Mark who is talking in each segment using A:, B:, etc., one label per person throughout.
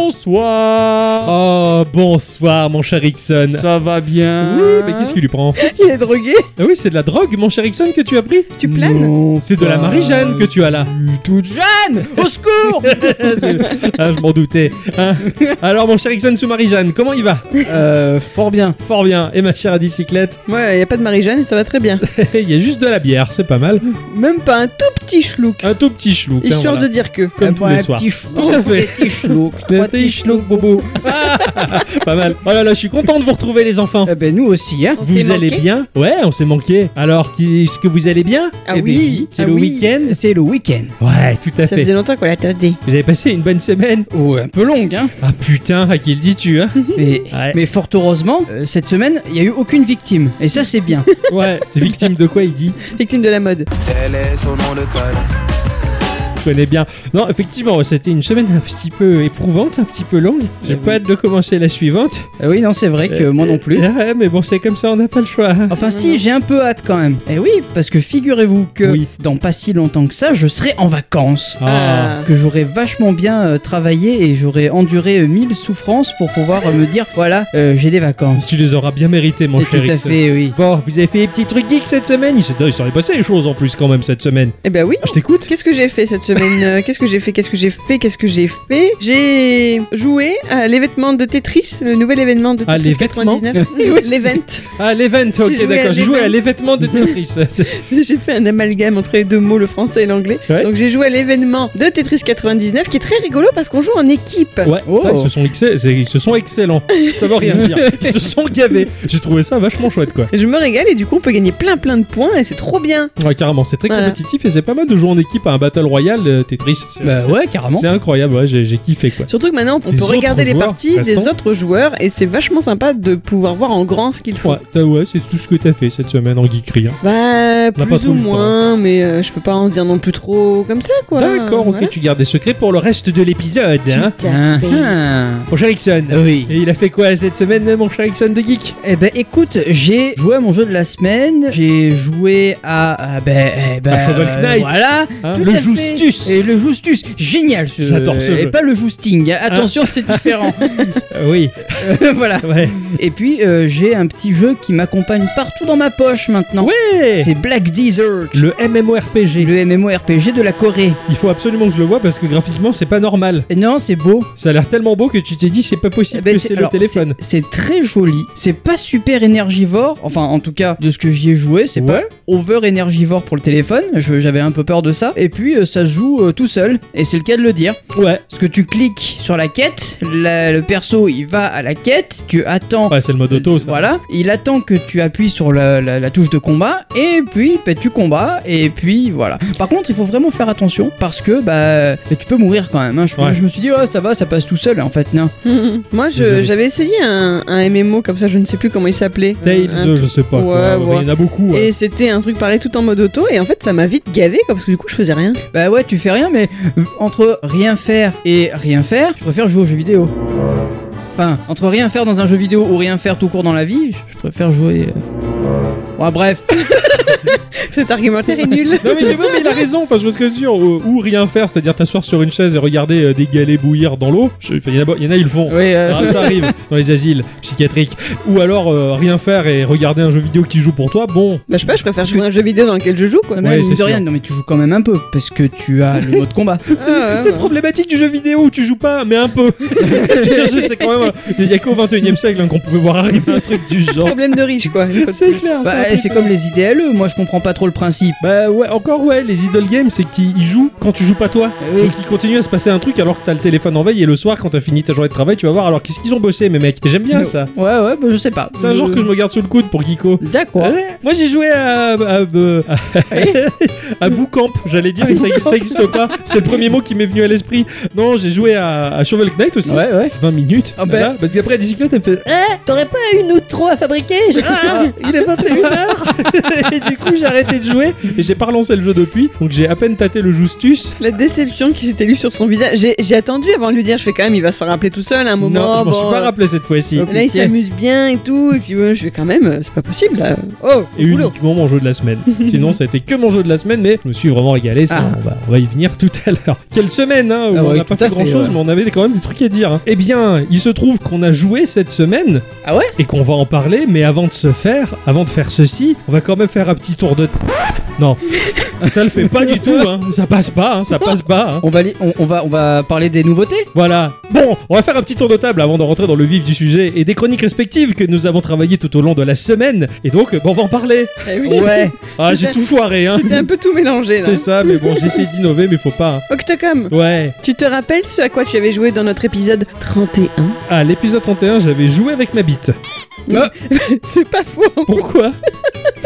A: Bonsoir
B: Oh, bonsoir, mon cher Ixon.
A: Ça va bien
B: Oui, mais qu'est-ce qu'il lui prend
C: Il est drogué,
B: Ah oui, c'est de la drogue, mon cher Ixon, que tu as pris
C: tu planes
A: Non,
B: C'est de la
A: pas
B: Marie-Jeanne que tu as là.
A: du Toute jeune Au secours
B: C'est- ah, je m'en doutais. hein. Alors, mon cher Ixon sous Marie-Jeanne, comment il va
A: Euh, fort bien.
B: Fort bien. Et ma chère à bicyclette,
C: Ouais, il a pas de Marie-Jeanne et ça va très bien.
B: il y a juste de la bière, c'est pas mal.
C: Même pas un tout petit schlouk.
B: Un tout petit hein, chelou.
C: Histoire de dire que.
B: Comme tous les soirs. Tout à fait.
C: Petit schlouk.
B: Des petits chelous, bobo. Ah, pas mal. Oh là là, je suis content de vous retrouver, les enfants.
D: Eh ben nous aussi, hein.
C: Euh, On s'est
B: Vous allez
C: manqué.
B: bien Ouais, on s'est manqué. Alors, est-ce que vous allez bien
C: Ah
D: Eh ben,
C: oui,
B: C'est
C: ah
B: le
C: oui.
B: week-end
D: C'est le week-end.
B: Ouais, tout à
C: Ça
B: fait.
C: faisait longtemps qu'on l'attendait.
B: Vous avez passé une bonne semaine
D: Oh, un peu longue, hein.
B: Ah putain, à qui le dis-tu hein
D: Mais,
B: Ouais.
D: mais fort heureusement, euh, cette semaine, il n'y a eu aucune victime. Et ça, c'est bien.
B: Ouais, c'est victime de quoi il dit
C: Victime de la mode.
E: Tel est son nom de code.
B: Je connais bien. Non, effectivement, c'était une semaine un petit peu éprouvante, un petit peu longue. J'ai
D: Eh
B: pas
D: oui.
B: hâte de commencer la suivante.
D: Euh, oui, non, c'est vrai que moi non plus.
B: Ouais, mais bon, c'est comme ça, on n'a pas le choix. hein.
D: Enfin si, j'ai un peu hâte quand même. Et oui, parce que figurez-vous que
B: Oui.
D: dans pas si longtemps que ça, je serai en vacances.
B: Ah.
D: Que j'aurais vachement bien euh, travaillé et j'aurais enduré euh, mille souffrances pour pouvoir euh, me dire, voilà, euh, j'ai des vacances.
B: Tu les auras bien méritées, mon
D: Et
B: cher
D: tout à
B: Ixon.
D: fait, oui.
B: Bon, bah, vous avez fait des petits trucs geeks cette semaine Il se- il s'en est passé des choses en plus quand même cette semaine. Ah,
C: Eh ben oui.
B: Je t'écoute
C: Qu'est-ce que j'ai fait cette semaine Euh, Qu'est-ce que j'ai fait Qu'est-ce que j'ai fait Qu'est-ce que j'ai fait J'ai joué à l'événement de Tetris, le nouvel événement de
B: Ah,
C: Tetris
B: les vêtements
C: 99. L'event.
B: Ah, l'event, ok,
C: joué
B: d'accord.
C: à
B: J'ai joué à
C: l'event.
B: l'événement de Tetris. C'est-
C: J'ai fait un amalgame entre les deux mots, le français et l'anglais.
B: Ouais.
C: Donc j'ai joué à l'événement de Tetris 99 qui est très rigolo parce qu'on joue en équipe.
B: Ouais,
D: Oh.
B: ça, ils se, sont exce- c'est- ils se sont excellents. Ça veut rien dire. Ils se sont gavés. J'ai trouvé ça vachement chouette, quoi.
C: Et Je me régale et du coup on peut gagner plein plein de points et c'est trop bien.
B: Ouais, carrément, c'est très
C: Voilà.
B: compétitif et c'est pas mal de jouer en équipe à un Battle Royale euh, Tetris. C'est
D: Bah
B: c'est-
D: ouais, carrément.
B: c'est incroyable, ouais, j'ai j'ai kiffé quoi.
C: Surtout que maintenant on
B: Des
C: peut
B: autres
C: regarder les
B: joueurs,
C: parties des
B: Gaston
C: autres joueurs et c'est vachement sympa de pouvoir voir en grand ce qu'ils font.
B: Ouais, t'as- ouais, c'est tout ce que t'as fait cette semaine en geekerie. hein.
C: Bah
B: On n'a pas
C: plus
B: tout
C: ou
B: le temps.
C: moins, mais euh, je peux pas en dire non plus trop comme ça quoi.
B: D'accord, ok,
C: Voilà.
B: tu gardes des secrets pour le reste de l'épisode. Hein.
C: Tout à fait.
D: Ah,
B: Mon cher Ixon,
D: ah. Oui.
B: Euh, et il a fait quoi cette semaine, mon cher Ixon de geek
D: Eh ben écoute, j'ai joué à mon jeu de la semaine, j'ai joué à ah ben, eh ben,
B: À Shovel Knight.
D: voilà,
B: Hein,
D: tout
B: Le
D: à fait.
B: Joustus.
D: et le Joustus, génial ce
B: J'adore ce
D: et
B: jeu. Ah.
D: pas le Jousting. Attention, c'est différent.
B: Euh, Oui,
D: Euh, voilà.
B: ouais.
D: Et puis euh, j'ai un petit jeu qui m'accompagne partout dans ma poche maintenant.
B: Ouais
D: C'est Black Desert,
B: Le MMORPG.
D: le MMORPG de la Corée.
B: Il faut absolument que je le vois parce que graphiquement, c'est pas normal.
D: Et non, c'est beau.
B: Ça a l'air tellement beau que tu t'es dit, c'est pas possible
D: Eh ben,
B: que c'est le
D: alors,
B: téléphone.
D: C'est c'est très joli. C'est pas super énergivore. Enfin, en tout cas, de ce que j'y ai joué, c'est pas
B: Ouais.
D: over énergivore pour le téléphone. Je- J'avais un peu peur de ça. Et puis, euh, ça se joue euh, tout seul. Et c'est le cas de le dire.
B: Ouais,
D: Parce que tu cliques sur la quête. la- le perso, il va à la quête. Tu attends.
B: ouais c'est le mode auto ça.
D: Euh, Voilà, il attend que tu appuies sur la, la- la touche de combat et puis bah, tu combats et puis voilà. Par contre, il faut vraiment faire attention parce que bah tu peux mourir quand même. hein. Je,
B: Ouais.
D: je me suis dit oh ça va, ça passe tout seul en fait non.
C: Moi je-
B: Hein. Désolé.
C: j'avais essayé un, un MMO comme ça, je ne sais plus comment il s'appelait.
B: Tales, hein.
C: Un-
B: euh, je sais pas.
C: Ouais,
B: quoi.
C: ouais.
B: Il y en a beaucoup. ouais.
C: Et c'était un truc pareil tout en mode auto et en fait ça m'a vite gavé quoi, parce que du coup je faisais rien.
D: Bah ouais, tu fais rien, mais euh, entre rien faire et rien faire, je préfère jouer aux jeux vidéo. Enfin, entre rien faire dans un jeu vidéo ou rien faire tout court dans la vie, je préfère jouer. euh, Ouais, bref.
C: Cet argumentaire est nul.
B: Non mais, j'ai- ouais, mais il a raison, enfin je vois ce que je veux dire, ou, ou rien faire, c'est-à-dire t'asseoir sur une chaise et regarder euh, des galets bouillir dans l'eau, Je- enfin, il y, en a- il y en a ils le font,
D: Oui, euh,
B: ça, ça arrive dans les asiles psychiatriques, ou alors euh, rien faire et regarder un jeu vidéo qui joue pour toi, bon,
C: bah je sais pas, je préfère jouer à un jeu vidéo dans lequel je joue quoi.
D: Ouais, mais
B: Ouais,
D: mine
B: c'est
D: de rien,
B: sûr.
D: non mais tu joues quand même un peu parce que tu as le mode combat.
B: c'est
C: Ah, ouais,
B: c'est
C: ouais.
B: problématique du jeu vidéo où tu joues pas, mais un peu, Je veux dire, c'est quand même, euh, il y a qu'au 21 e siècle hein, qu'on pouvait voir arriver un truc du genre,
C: Problème de riche quoi. une fois de
B: c'est
C: plus.
B: clair,
D: Bah,
B: c'est un
D: c'est
B: truc-
D: comme les IDLE, E. moi je comprends pas trop le principe.
B: Bah ouais, encore ouais, les idle games, c'est qu'ils jouent quand tu joues pas toi.
D: oui.
B: Donc il continue à se passer un truc alors que t'as le téléphone en veille et le soir quand t'as fini ta journée de travail, tu vas voir alors qu'est-ce qu'ils ont bossé mes mecs. Et J'aime bien
D: Non.
B: ça.
D: Ouais, ouais, bah, je sais pas.
B: C'est un genre que je me garde sous le coude pour Kiko.
D: D'accord.
B: Ouais. Moi j'ai joué à, à, à, euh, à, à Bootcamp, j'allais dire, et ça ça existe pas. C'est le premier mot qui m'est venu à l'esprit. Non, j'ai joué à, à Shovel Knight aussi.
D: Ouais, ouais.
B: 20 minutes.
D: Ah ben.
B: voilà. Parce qu'après la bicyclette, elle me fait.
F: T'aurais pas une ou trois à fabriquer
B: Ah, il est 21h Et du coup, j'ai arrêté de jouer et j'ai pas relancé le jeu depuis. Donc j'ai à peine tâté le Justus.
C: La déception qui s'était lue sur son visage. J'ai j'ai attendu avant de lui dire, je fais quand même, il va se rappeler tout seul à un moment.
B: non, je m'en
C: bon,
D: euh,
C: euh,
B: suis pas rappelé cette fois-ci.
C: Là, il s'amuse bien et tout, et puis ouais, je fais quand même, euh, c'est pas possible là. Oh,
B: Et
C: boulot.
B: uniquement mon jeu de la semaine. Sinon, ça a été que mon jeu de la semaine, mais je me suis vraiment régalé. Ça,
D: Ah.
B: on, va, on va y venir tout à l'heure. Quelle semaine, hein, où
D: Ah
B: on
D: ouais,
B: n'a pas
D: tout à
B: fait
D: fait,
B: grand chose,
D: ouais.
B: mais on avait quand même des trucs à dire. hein. Eh bien, il se trouve qu'on a joué cette semaine.
D: Ah ouais
B: Et qu'on va en parler, mais avant de se faire, avant de faire ceci, on va quand même faire un petit tour de. Non, ça le fait pas du tout, hein. ça passe pas, hein, ça passe pas. hein.
D: On va, li- on, on va, on va parler des nouveautés
B: Voilà. Bon, on va faire un petit tour de table avant de rentrer dans le vif du sujet et des chroniques respectives que nous avons travaillées tout au long de la semaine. Et donc, bon, on va en parler.
C: Eh oui.
D: Ouais.
B: Ah,
C: C'est
B: j'ai
C: ça.
B: tout foiré, hein.
C: C'était un peu tout mélangé là.
B: C'est ça, mais bon, j'essaie d'innover, mais faut pas. hein.
C: Octocom,
B: Ouais.
C: tu te rappelles ce à quoi tu avais joué dans notre épisode 31
B: À Ah, l'épisode 31, j'avais joué avec ma bite.
D: Ah.
C: C'est pas faux.
B: Pourquoi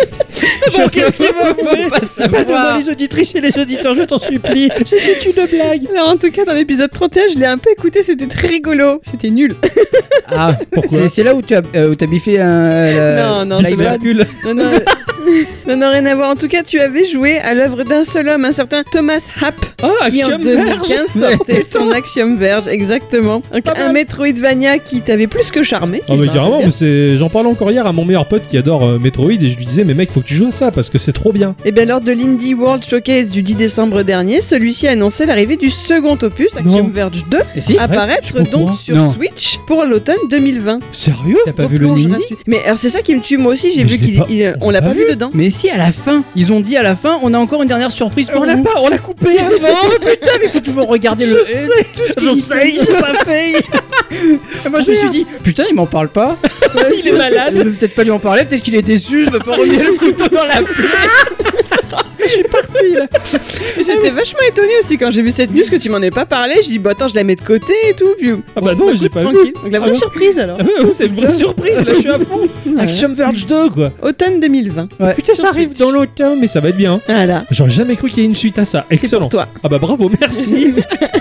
B: Bon, qu'est-ce qu'il va
D: Bah, Faut pas
B: Pas devant
D: savoir.
B: les auditrices et les auditeurs, je t'en supplie. C'était une blague.
C: Alors en tout cas, dans l'épisode 31, je l'ai un peu écouté, c'était très rigolo. C'était nul.
D: Ah,
B: Pourquoi
D: c'est- C'est là où tu as, euh, où t'as biffé un. la-
C: Non, non,
D: la-
C: c'est
D: la-
B: Hercule.
C: Non, non, non, non, rien à voir. En tout cas, tu avais joué à l'œuvre d'un seul homme, un certain Thomas Happ,
B: Ah,
C: qui en
B: Axiom Ah, Verge.
C: 2015 sortait son Axiom Verge, exactement. Un,
B: Pas mal.
C: un Metroidvania qui t'avait plus que charmé. si
B: Ah
C: je
B: mais
C: me rappelle
B: carrément,
C: bien.
B: mais c'est- j'en parlais encore hier à mon meilleur pote qui adore euh, Metroid et je lui disais mais mec faut que tu joues à ça parce que c'est trop bien.
C: Et Eh bien lors de l'Indie World Showcase du 10 décembre dernier, celui-ci a annoncé l'arrivée du second opus, Axiom
B: Non.
C: Verge 2,
D: Et si
B: Ah,
C: à apparaître
B: je comprends.
C: donc sur
D: Non.
C: Switch pour l'automne 2020.
B: Sérieux
D: T'as pas vu le
C: Replonge
D: Nini
C: gratuit. Mais alors c'est ça qui me tue, moi aussi j'ai
B: Mais
C: vu
B: je l'ai
C: qu'il
B: pas-
C: il- euh, on l'a pas, vu dedans.
D: Mais si, à la fin, ils ont dit à la fin, on a encore une dernière surprise pour
B: On l'a
D: vous.
B: pas, on l'a coupé avant.
D: Putain, mais il faut toujours regarder
B: Je
D: le.
B: sais,
D: tout ce
B: je
D: qu'il-
B: sais, j'ai pas fait.
D: Et Moi, je me suis dit, putain, il m'en parle pas.
B: Il est malade.
D: Je vais peut-être pas lui en parler, peut-être qu'il est déçu, je vais pas remettre le couteau dans la plaie.
B: Ah
C: J'étais vachement étonnée aussi quand j'ai vu cette news que tu m'en aies pas parlé. Je dis bah attends je la mets de côté et tout. Puis,
B: Ah bah
C: bon,
B: non,
C: écoute,
B: j'ai pas vu.
C: tranquille. Donc la vraie
B: Ah bon
C: surprise alors.
B: Ah ouais, ouais, c'est une vraie surprise, là je suis à fond. Axiom Verge 2 quoi.
C: Automne 2020.
D: Ouais.
B: Putain, ça arrive dans l'automne, mais ça va être bien. hein.
C: Voilà.
B: J'aurais jamais cru qu'il y ait une suite à ça.
C: C'est pour
B: Excellent.
C: toi.
B: Ah bah bravo, merci.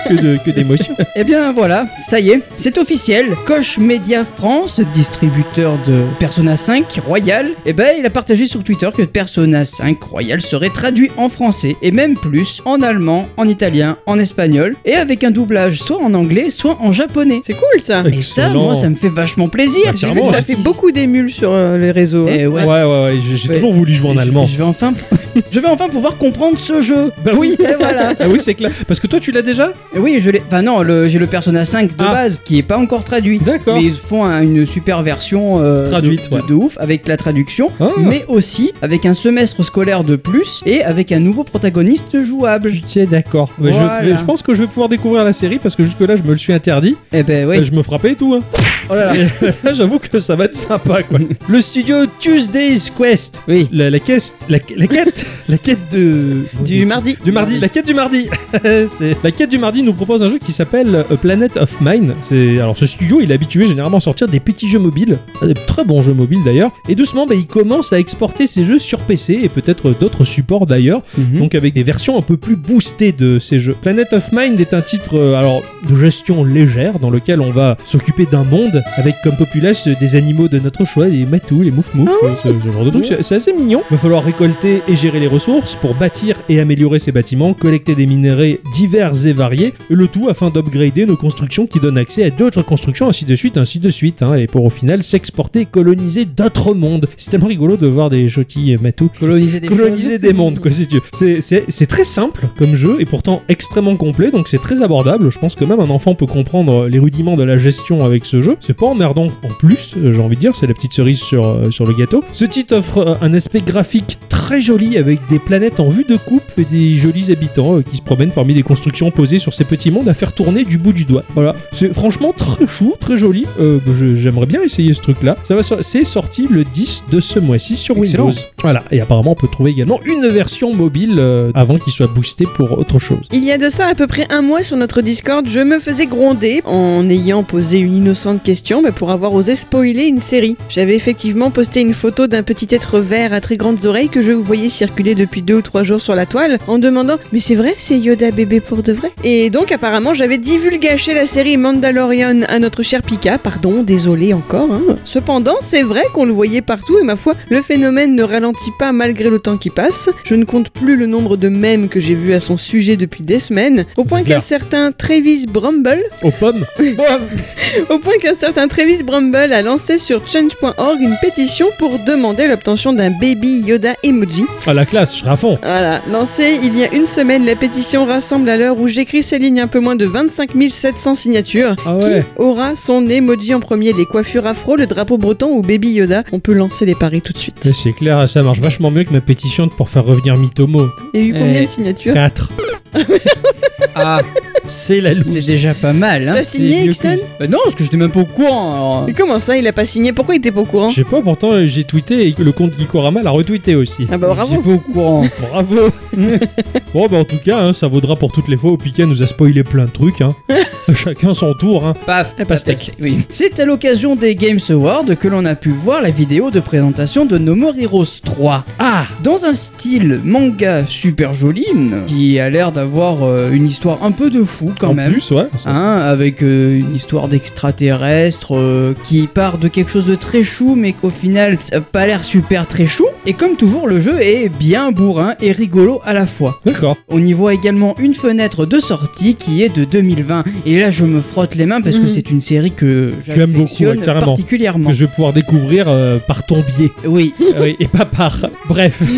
B: que de, que d'émotion.
D: Eh bien voilà, ça y est, c'est officiel. Koch Media France, distributeur de Persona 5 Royal, eh ben il a partagé sur Twitter que Persona 5 Royal serait traduit en français et même plus en allemand, en italien, en espagnol et avec un doublage soit en anglais, soit en japonais.
C: C'est cool ça.
D: Et ça,
B: Excellent.
D: moi, ça me fait vachement plaisir.
B: Bah,
C: J'ai vu que
B: Clairement,
C: ça
B: ouais.
C: fait beaucoup d'émules sur euh, les réseaux. hein.
D: Eh
B: Ouais
D: ouais.
B: ouais ouais, j'ai j'ai
D: Ouais.
B: toujours voulu jouer en
D: Je-
B: allemand.
D: Je vais enfin, je vais enfin pouvoir comprendre ce jeu.
B: Bah oui.
D: Et voilà.
B: Ah oui, c'est clair. Parce que toi tu l'as déjà
D: Et oui, je l'ai. Enfin non, le- j'ai le Persona 5 de
B: Ah.
D: base qui est pas encore traduit.
B: D'accord.
D: Mais ils font un- une super version euh,
B: Traduite,
D: de, de-
B: ouais.
D: de ouf avec la traduction,
B: Ah.
D: mais aussi avec un semestre scolaire de plus et avec un nouveau protagoniste jouable.
B: Putain, d'accord. Ouais, je-
D: Voilà.
B: je, pense que je vais pouvoir découvrir la série parce que jusque-là, je me le suis interdit.
D: Eh ben oui.
B: Euh, je me frappais et tout. Hein.
D: Oh là là.
B: Là, J'avoue que ça va être sympa, quoi. le studio Tuesday's Quest.
D: Oui.
B: La, la quest- la, la quête. la quête de.
C: Du mardi.
B: Du mardi, la quête du mardi. C'est- la quête du mardi nous propose un jeu qui s'appelle A Planet of Mine. C'est alors ce studio, il est habitué généralement à sortir des petits jeux mobiles, hein, des très bons jeux mobiles d'ailleurs. Et doucement, bah, il commence à exporter ses jeux sur PC et peut-être d'autres supports d'ailleurs.
D: Mhm.
B: Donc avec des versions un peu plus boostées de ces jeux. Planet of Mind est un titre euh, alors de gestion légère dans lequel on va s'occuper d'un monde avec comme populace euh, des animaux de notre choix, les matous, les mouf-mouf,
D: Ah
B: euh, ce, ce genre de truc. C'est- C'est assez mignon. Il va falloir récolter et gérer les ressources pour bâtir et améliorer ces bâtiments, collecter des minerais divers et variés, et le tout afin d'upgrader nos constructions qui donnent accès à d'autres constructions, ainsi de suite, ainsi de suite, hein, et pour au final s'exporter et coloniser d'autres mondes. C'est tellement rigolo de voir des jotis euh, matous
D: Coloniser des
B: coloniser
D: choses.
B: des mondes, quoi, si tu veux. C'est- C'est c'est très simple comme jeu et pourtant extrêmement complet, donc c'est très abordable. Je pense que même un enfant peut comprendre les rudiments de la gestion avec ce jeu. C'est pas emmerdant en plus, euh, j'ai envie de dire, c'est la petite cerise sur, euh, sur le gâteau. Ce titre offre euh, un aspect graphique très joli avec des planètes en vue de coupe et des jolis habitants euh, qui se promènent parmi des constructions posées sur ces petits mondes à faire tourner du bout du doigt. Voilà, c'est franchement très chou, très joli. Euh, bah, je- J'aimerais bien essayer ce truc-là. Ça va, so- c'est sorti le 10 de ce mois-ci sur
D: Excellent.
B: Windows. Voilà, et apparemment on peut trouver également une version mobile euh, avant qu'il soit boosté pour autre chose.
C: Il y a de ça à peu près un mois sur notre Discord, je me faisais gronder en ayant posé une innocente question bah, pour avoir osé spoiler une série. J'avais effectivement posté une photo d'un petit être vert à très grandes oreilles que je voyais circuler depuis deux ou trois jours sur la toile en demandant Mais c'est vrai, c'est Yoda bébé pour de vrai Et donc apparemment j'avais divulgaché la série Mandalorian à notre cher Pika, pardon, désolé encore. hein. Cependant, c'est vrai qu'on le voyait partout et ma foi, le phénomène ne ralentit pas malgré le temps qui passe. Je ne compte plus le nombre de mèmes que j'ai vus à son sujet depuis des semaines, au point qu'un
B: clair.
C: certain Travis Brumble
B: Aux pommes
C: au point qu'un certain Travis Brumble a lancé sur change.org une pétition pour demander l'obtention d'un baby Yoda emoji.
B: À la classe, je serai à fond.
C: Voilà, lancée il y a une semaine, la pétition rassemble à l'heure où j'écris ces lignes un peu moins de 25 700 signatures.
B: Ah ouais.
C: Qui aura son emoji en premier Les coiffures afro, le drapeau breton ou baby Yoda On peut lancer les paris tout de suite.
B: Mais c'est clair, ça marche vachement mieux que ma pétition pour faire revenir Mitomo.
C: Il y a eu combien
D: Eh.
C: de signatures
B: 4.
D: Ah,
B: C'est la loose.
D: c'est déjà pas mal. Hein.
C: T'as
D: C'est
C: signé,
D: mieux que-
C: Ixon
D: Bah Non, parce que j'étais même pas au courant. alors.
C: Mais comment ça, il a pas signé Pourquoi il était pas au courant
B: Je sais pas, pourtant euh, j'ai tweeté et que le compte Gikorama l'a retweeté aussi.
C: Ah bah bravo
D: J'étais pas au courant.
B: Bravo Bon bah en tout cas, hein, ça vaudra pour toutes les fois où Pika nous a spoilé plein de trucs. Hein. Chacun son tour. Hein.
D: Paf,
B: pastèque.
D: pastèque, Oui. C'est à l'occasion des Games Awards que l'on a pu voir la vidéo de présentation de No More Heroes 3.
B: Ah
D: Dans un style manga super joli, qui a l'air d'avoir euh, une histoire un peu de fou quand
B: en
D: même.
B: plus, ouais.
D: Hein, avec euh, une histoire d'extraterrestre euh, qui part de quelque chose de très chou mais qu'au final ça a pas l'air super très chou et comme toujours le jeu est bien bourrin et rigolo à la fois.
B: D'accord.
D: On y voit également une fenêtre de sortie qui est de 2020 et là je me frotte les mains parce que
C: Mhm.
D: c'est une série que
B: Mm. Tu aimes beaucoup,
D: j'affectionne
B: ouais, carrément.
D: particulièrement.
B: Que je vais pouvoir découvrir euh, par ton biais.
D: Oui.
B: Ah oui, et pas par. Bref.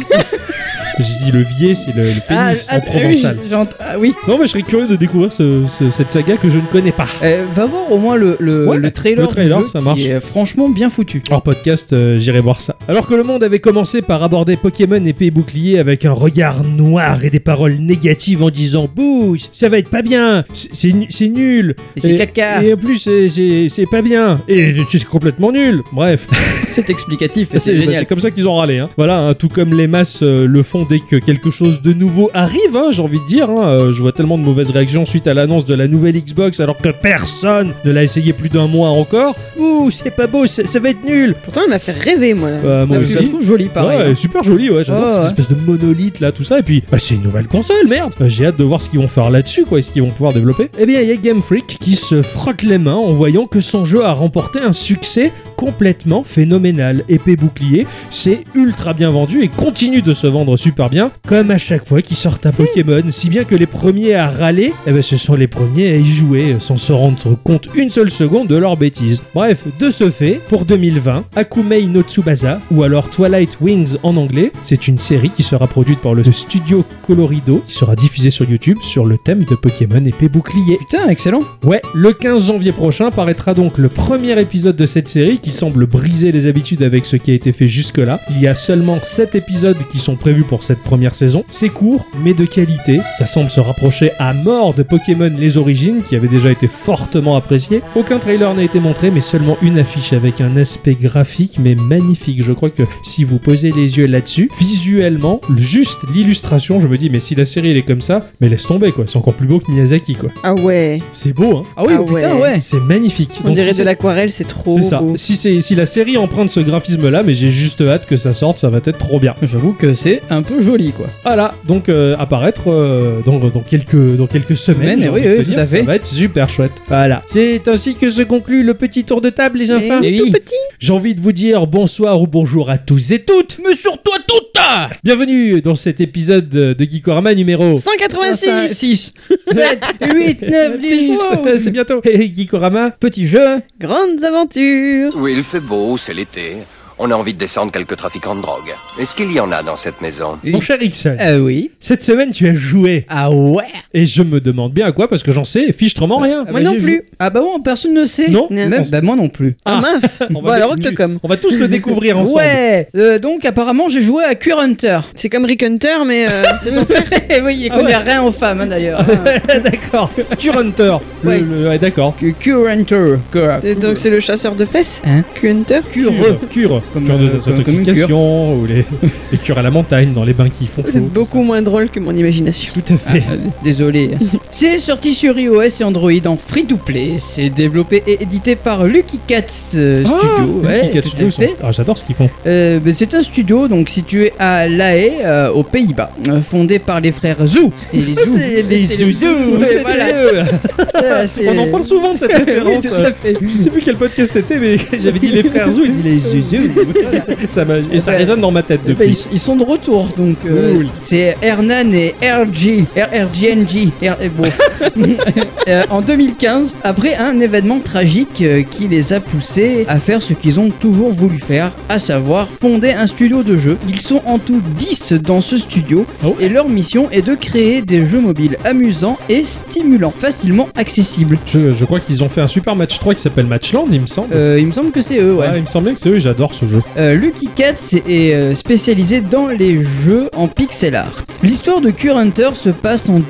B: Ah, J'ai dit le biais, c'est le, le pénis en provençal.
D: Ah, oui, j'ent- ah oui.
B: Non mais je serais curieux de découvrir ce- ce- cette saga que je ne connais pas.
D: Euh, va voir au moins le, le,
B: Ouais,
D: le trailer,
B: le trailer,
D: du jeu
B: ça
D: qui
B: marche.
D: est franchement bien foutu.
B: Hors podcast, euh, j'irai voir ça. Alors que le monde avait commencé par aborder Pokémon épée et bouclier avec un regard noir et des paroles négatives en disant Bouh, ça va être pas bien, c'est- c'est nu- c'est nul.
D: Et c'est caca.
B: Et en plus, c'est- c'est c'est pas bien. Et c'est complètement nul. Bref,
D: C'est explicatif et c'est
B: c'est bah, c'est
D: génial.
B: comme ça qu'ils ont râlé. hein. Voilà, hein, tout comme les masses euh, le font dès que quelque chose de nouveau arrive, hein, j'ai envie de dire. hein. Euh, je vois tellement de mauvaises réactions suite à l'annonce de la nouvelle Xbox alors que personne ne l'a essayé plus d'un mois encore. Ouh, c'est pas beau, c'est- ça va être nul.
C: Pourtant, elle m'a fait rêver, moi là.
B: Bah, moi
D: Ah,
B: aussi.
D: je la trouve jolie pareil.
B: Ouais, super joli, ouais, j'adore
D: Ouais,
B: cette
D: Oh, ouais.
B: espèce de monolithe là, tout ça. Et puis, bah, c'est une nouvelle console, merde. Euh, J'ai hâte de voir ce qu'ils vont faire là-dessus, quoi, et ce qu'ils vont pouvoir développer. Eh bien, il y a Game Freak qui se frotte les mains en voyant que son jeu a remporté un succès complètement phénoménal. Épée bouclier, c'est ultra bien vendu et continue de se vendre super bien, comme à chaque fois qu'ils sortent un Pokémon. Si bien que les premiers à râler, eh ben, ce sont les premiers à y jouer, sans se rendre compte une seule seconde de leur bêtise. Bref, de ce fait, pour 2020, Akumei no Tsubasa, ou alors Twilight Wings en anglais, c'est une série qui sera produite par le studio Colorido, qui sera diffusée sur YouTube sur le thème de Pokémon épée bouclier.
D: Putain, excellent.
B: Ouais, le 15 janvier prochain paraîtra donc le premier épisode de cette série qui semble briser les habitudes avec ce qui a été fait jusque-là. Il y a seulement 7 épisodes qui sont prévus pour cette première saison. C'est court, mais de qualité. Ça semble se rapprocher à mort de Pokémon Les Origines qui avait déjà été fortement apprécié. Aucun trailer n'a été montré, mais seulement une affiche avec un aspect graphique mais magnifique. Je crois que si vous posez les yeux là-dessus, visuellement, juste l'illustration, je me dis mais si la série elle est comme ça, mais laisse tomber quoi, c'est encore plus beau que Miyazaki quoi.
C: Ah ouais,
B: C'est beau hein.
D: Ah oui,
C: Ah
D: putain,
C: ouais.
D: ouais.
B: C'est magnifique.
C: on
B: Donc,
C: dirait
B: si-
C: de l'aquarelle, c'est trop
B: C'est ça.
C: beau.
B: Si, c'est- si la série emprunte ce graphisme-là, mais j'ai juste hâte que ça sorte, ça va être trop bien.
D: J'avoue que c'est un peu joli, quoi.
B: Voilà, donc euh, apparaître euh, dans, dans quelques, dans quelques semaines,
D: Semaine,
B: j'ai
D: oui,
B: envie de
D: oui,
B: te
D: tout
B: dire,
D: à
B: ça
D: fait.
B: va être super chouette. Voilà. C'est ainsi que se conclut le petit tour de table, les enfants.
D: Et
C: Tout
D: oui.
C: petit
B: J'ai envie de vous dire bonsoir ou bonjour à tous et toutes, mais surtout à toutes Bienvenue dans cet épisode de Geekorama numéro
C: 186
D: 6, 7, 8, 9, 10.
B: 10. Ah, C'est bientôt. Et Geekorama,
D: Petit jeu.
C: Grandes aventures
E: Oui, il fait beau, c'est l'été. On a envie de descendre quelques trafiquants de drogue. Est-ce qu'il y en a dans cette maison
D: Oui.
B: mon cher Ixon,
D: Ah oui.
B: cette semaine tu as joué.
D: Ah ouais.
B: Et je me demande bien à quoi, parce que j'en sais fichtrement rien.
D: Ah
C: Moi
D: bah,
C: non
D: j'ai
C: plus.
D: joué. Ah bah bon, personne ne sait.
B: Non
C: Non.
D: Même, bah moi non plus.
C: Ah,
B: Ah.
C: mince
B: On
C: Bon
B: va
C: alors
B: dé-
C: Octocom.
B: On va tous le découvrir ensemble.
D: Ouais. Euh, donc apparemment j'ai joué à Cure Hunter.
C: C'est comme Rick Hunter, mais euh, c'est son frère.
D: Eh oui, il
B: Ah
D: connaît
B: ouais.
D: rien aux femmes hein, d'ailleurs.
B: d'accord. Cure Hunter. Le-
D: Ouais.
B: le- ouais, d'accord.
D: Que Cure Hunter. Cure.
C: C'est- donc c'est le chasseur de fesses.
D: Hein
C: Q-Hunter.
B: Cure. Cure.
D: Comme,
B: cure
D: euh,
B: de
D: comme- comme une cure.
B: désintoxication, ou les, les cures à la montagne, dans les bains qui font
C: C'est
B: faux.
C: beaucoup moins drôle que mon imagination.
B: Tout à fait.
D: Ah, euh, désolé. c'est sorti sur iOS et Android en free to play. C'est développé et édité par Lucky Cats euh,
B: Ah,
D: Studio.
B: les
D: Ouais,
B: Kika
D: tout à
B: Studios sont-
D: fait.
B: Ah, J'adore ce qu'ils font.
D: Euh, ben, c'est un studio donc situé à La Haye, euh, aux Pays-Bas, euh, fondé par les frères Zou. Et les Zou.
B: C'est les
D: Ah, c'est le Zou.
B: c'est
D: ouais, voilà. Ça, c'est-
B: On en parle souvent de cette
D: Oui,
B: référence.
D: tout à fait.
B: Je sais plus quel podcast c'était, mais j'avais dit les frères Zou, il dit les Zou. ça m'a- et ça
D: Ouais.
B: résonne dans ma tête
D: Eh ben,
B: depuis.
D: ils, ils sont de retour donc euh,
B: Cool.
D: c'est Hernan et RG RRGNG R- eh, bon. Euh, en 2015 après un événement tragique euh, qui les a poussés à faire ce qu'ils ont toujours voulu faire à savoir fonder un studio de jeux ils sont en tout 10 dans ce studio
B: Oh.
D: et leur mission est de créer des jeux mobiles amusants et stimulants facilement accessibles
B: Je, je crois qu'ils ont fait un super match 3 qui s'appelle Matchland, il me semble.
D: Euh, il me semble que c'est eux ouais
B: Ah, il me semble bien que c'est eux, j'adore ce jeu.
D: Euh, Lucky Cat est euh, spécialisé dans les jeux en pixel art. L'histoire de Cure Hunter se passe en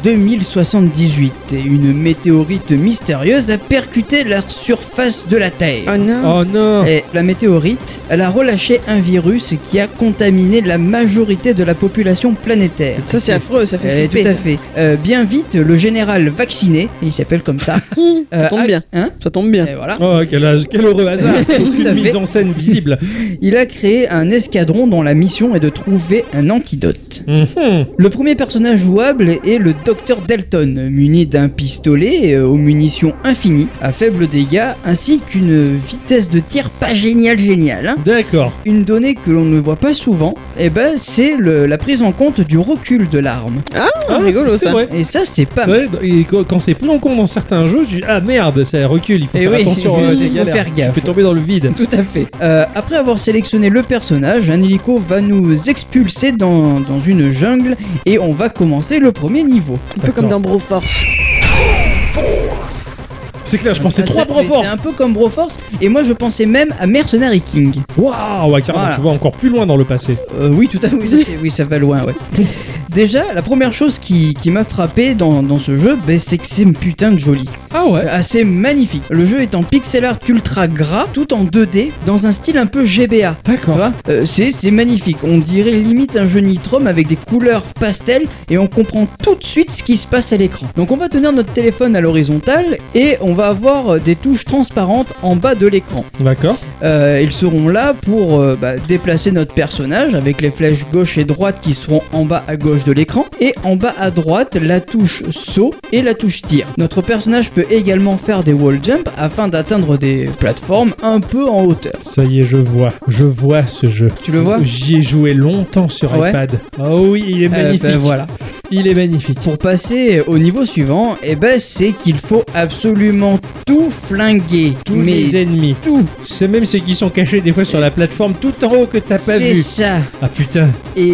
D: 2078 et une météorite mystérieuse a percuté la surface de la Terre.
C: Oh non.
B: Oh non
D: Ah. Et la météorite, elle a relâché un virus qui a contaminé la majorité de la population planétaire.
C: Ça c'est affreux, ça
D: Euh,
C: fait
D: tout
C: flipper.
D: à
C: ça.
D: fait. Euh, bien vite, le général vacciné, il s'appelle comme ça.
C: Hum,
D: euh,
C: Ça tombe
D: a-
C: bien.
D: Hein
C: Ça tombe bien.
D: Et voilà.
B: Oh, quel, quel heureux hasard Toute
D: Tout
B: une
D: à
B: mise
D: fait.
B: en scène visible.
D: Il a créé un escadron dont la mission est de trouver un antidote.
B: Mhm.
D: Le premier personnage jouable est le Docteur Delton, muni d'un pistolet euh, aux munitions infinies, à faible dégâts, ainsi qu'une vitesse de tir pas géniale géniale. hein.
B: D'accord.
D: Une donnée que l'on ne voit pas souvent, eh ben, c'est le- la prise en compte du recul de l'arme.
B: Ah,
C: rigolo,
B: c'est- c'est
C: ça.
B: vrai.
D: Et ça, c'est pas mal.
B: Ouais, et quand quand c'est pris en compte dans certains jeux, je dis ah merde, ça recule, il faut
D: Eh
B: faire
D: oui,
B: attention,
D: il
B: ouais, c'est
D: faut
B: galère.
D: faire gaffe.
B: Tu peux tomber dans le vide.
D: Tout à fait. Euh, après avoir sélectionné le personnage, un hélico va nous expulser dans, dans une jungle et on va commencer le premier niveau.
C: Un peu comme
B: D'accord.
C: dans Broforce.
B: C'est clair, je pensais
D: Ah,
B: trois
D: c'est- mais C'est
B: Broforce.
D: un peu comme Broforce et moi je pensais même à Mercenary King.
B: Waouh, ouais, carrément,
D: Voilà.
B: tu vas encore plus loin dans le passé.
D: Euh, oui, tout à fait. Oui, c'est- oui, ça va loin, ouais. Déjà, la première chose qui, qui m'a frappé dans, dans ce jeu, ben, c'est que c'est putain de joli.
B: Ah ouais.
D: Ah, c'est magnifique. Le jeu est en pixel art ultra gras, tout en 2D, dans un style un peu GBA. Tu
B: D'accord.
D: vois Euh, c'est c'est magnifique. On dirait limite un jeu Nitrom avec des couleurs pastel et on comprend tout de suite ce qui se passe à l'écran. Donc on va tenir notre téléphone à l'horizontale et on va avoir euh, des touches transparentes en bas de l'écran.
B: D'accord.
D: Euh, ils seront là pour euh, bah, déplacer notre personnage avec les flèches gauche et droite qui seront en bas à gauche de l'écran et en bas à droite la touche saut et la touche tir. Notre personnage peut également faire des wall jump afin d'atteindre des plateformes un peu en hauteur.
B: Ça y est, je vois. Je vois ce jeu.
D: Tu le vois Ah
B: J'y ai joué longtemps sur
D: Ouais.
B: iPad. Oh oui, il est
D: Euh,
B: magnifique.
D: ben, voilà.
B: Il est magnifique.
D: Pour passer au niveau suivant, eh ben c'est qu'il faut absolument tout flinguer.
B: Tous
D: mais
B: les ennemis.
D: tout.
B: C'est même ceux qui sont cachés des fois sur la plateforme tout en haut que t'as pas
D: C'est
B: vu.
D: ça.
B: Ah putain.
D: Et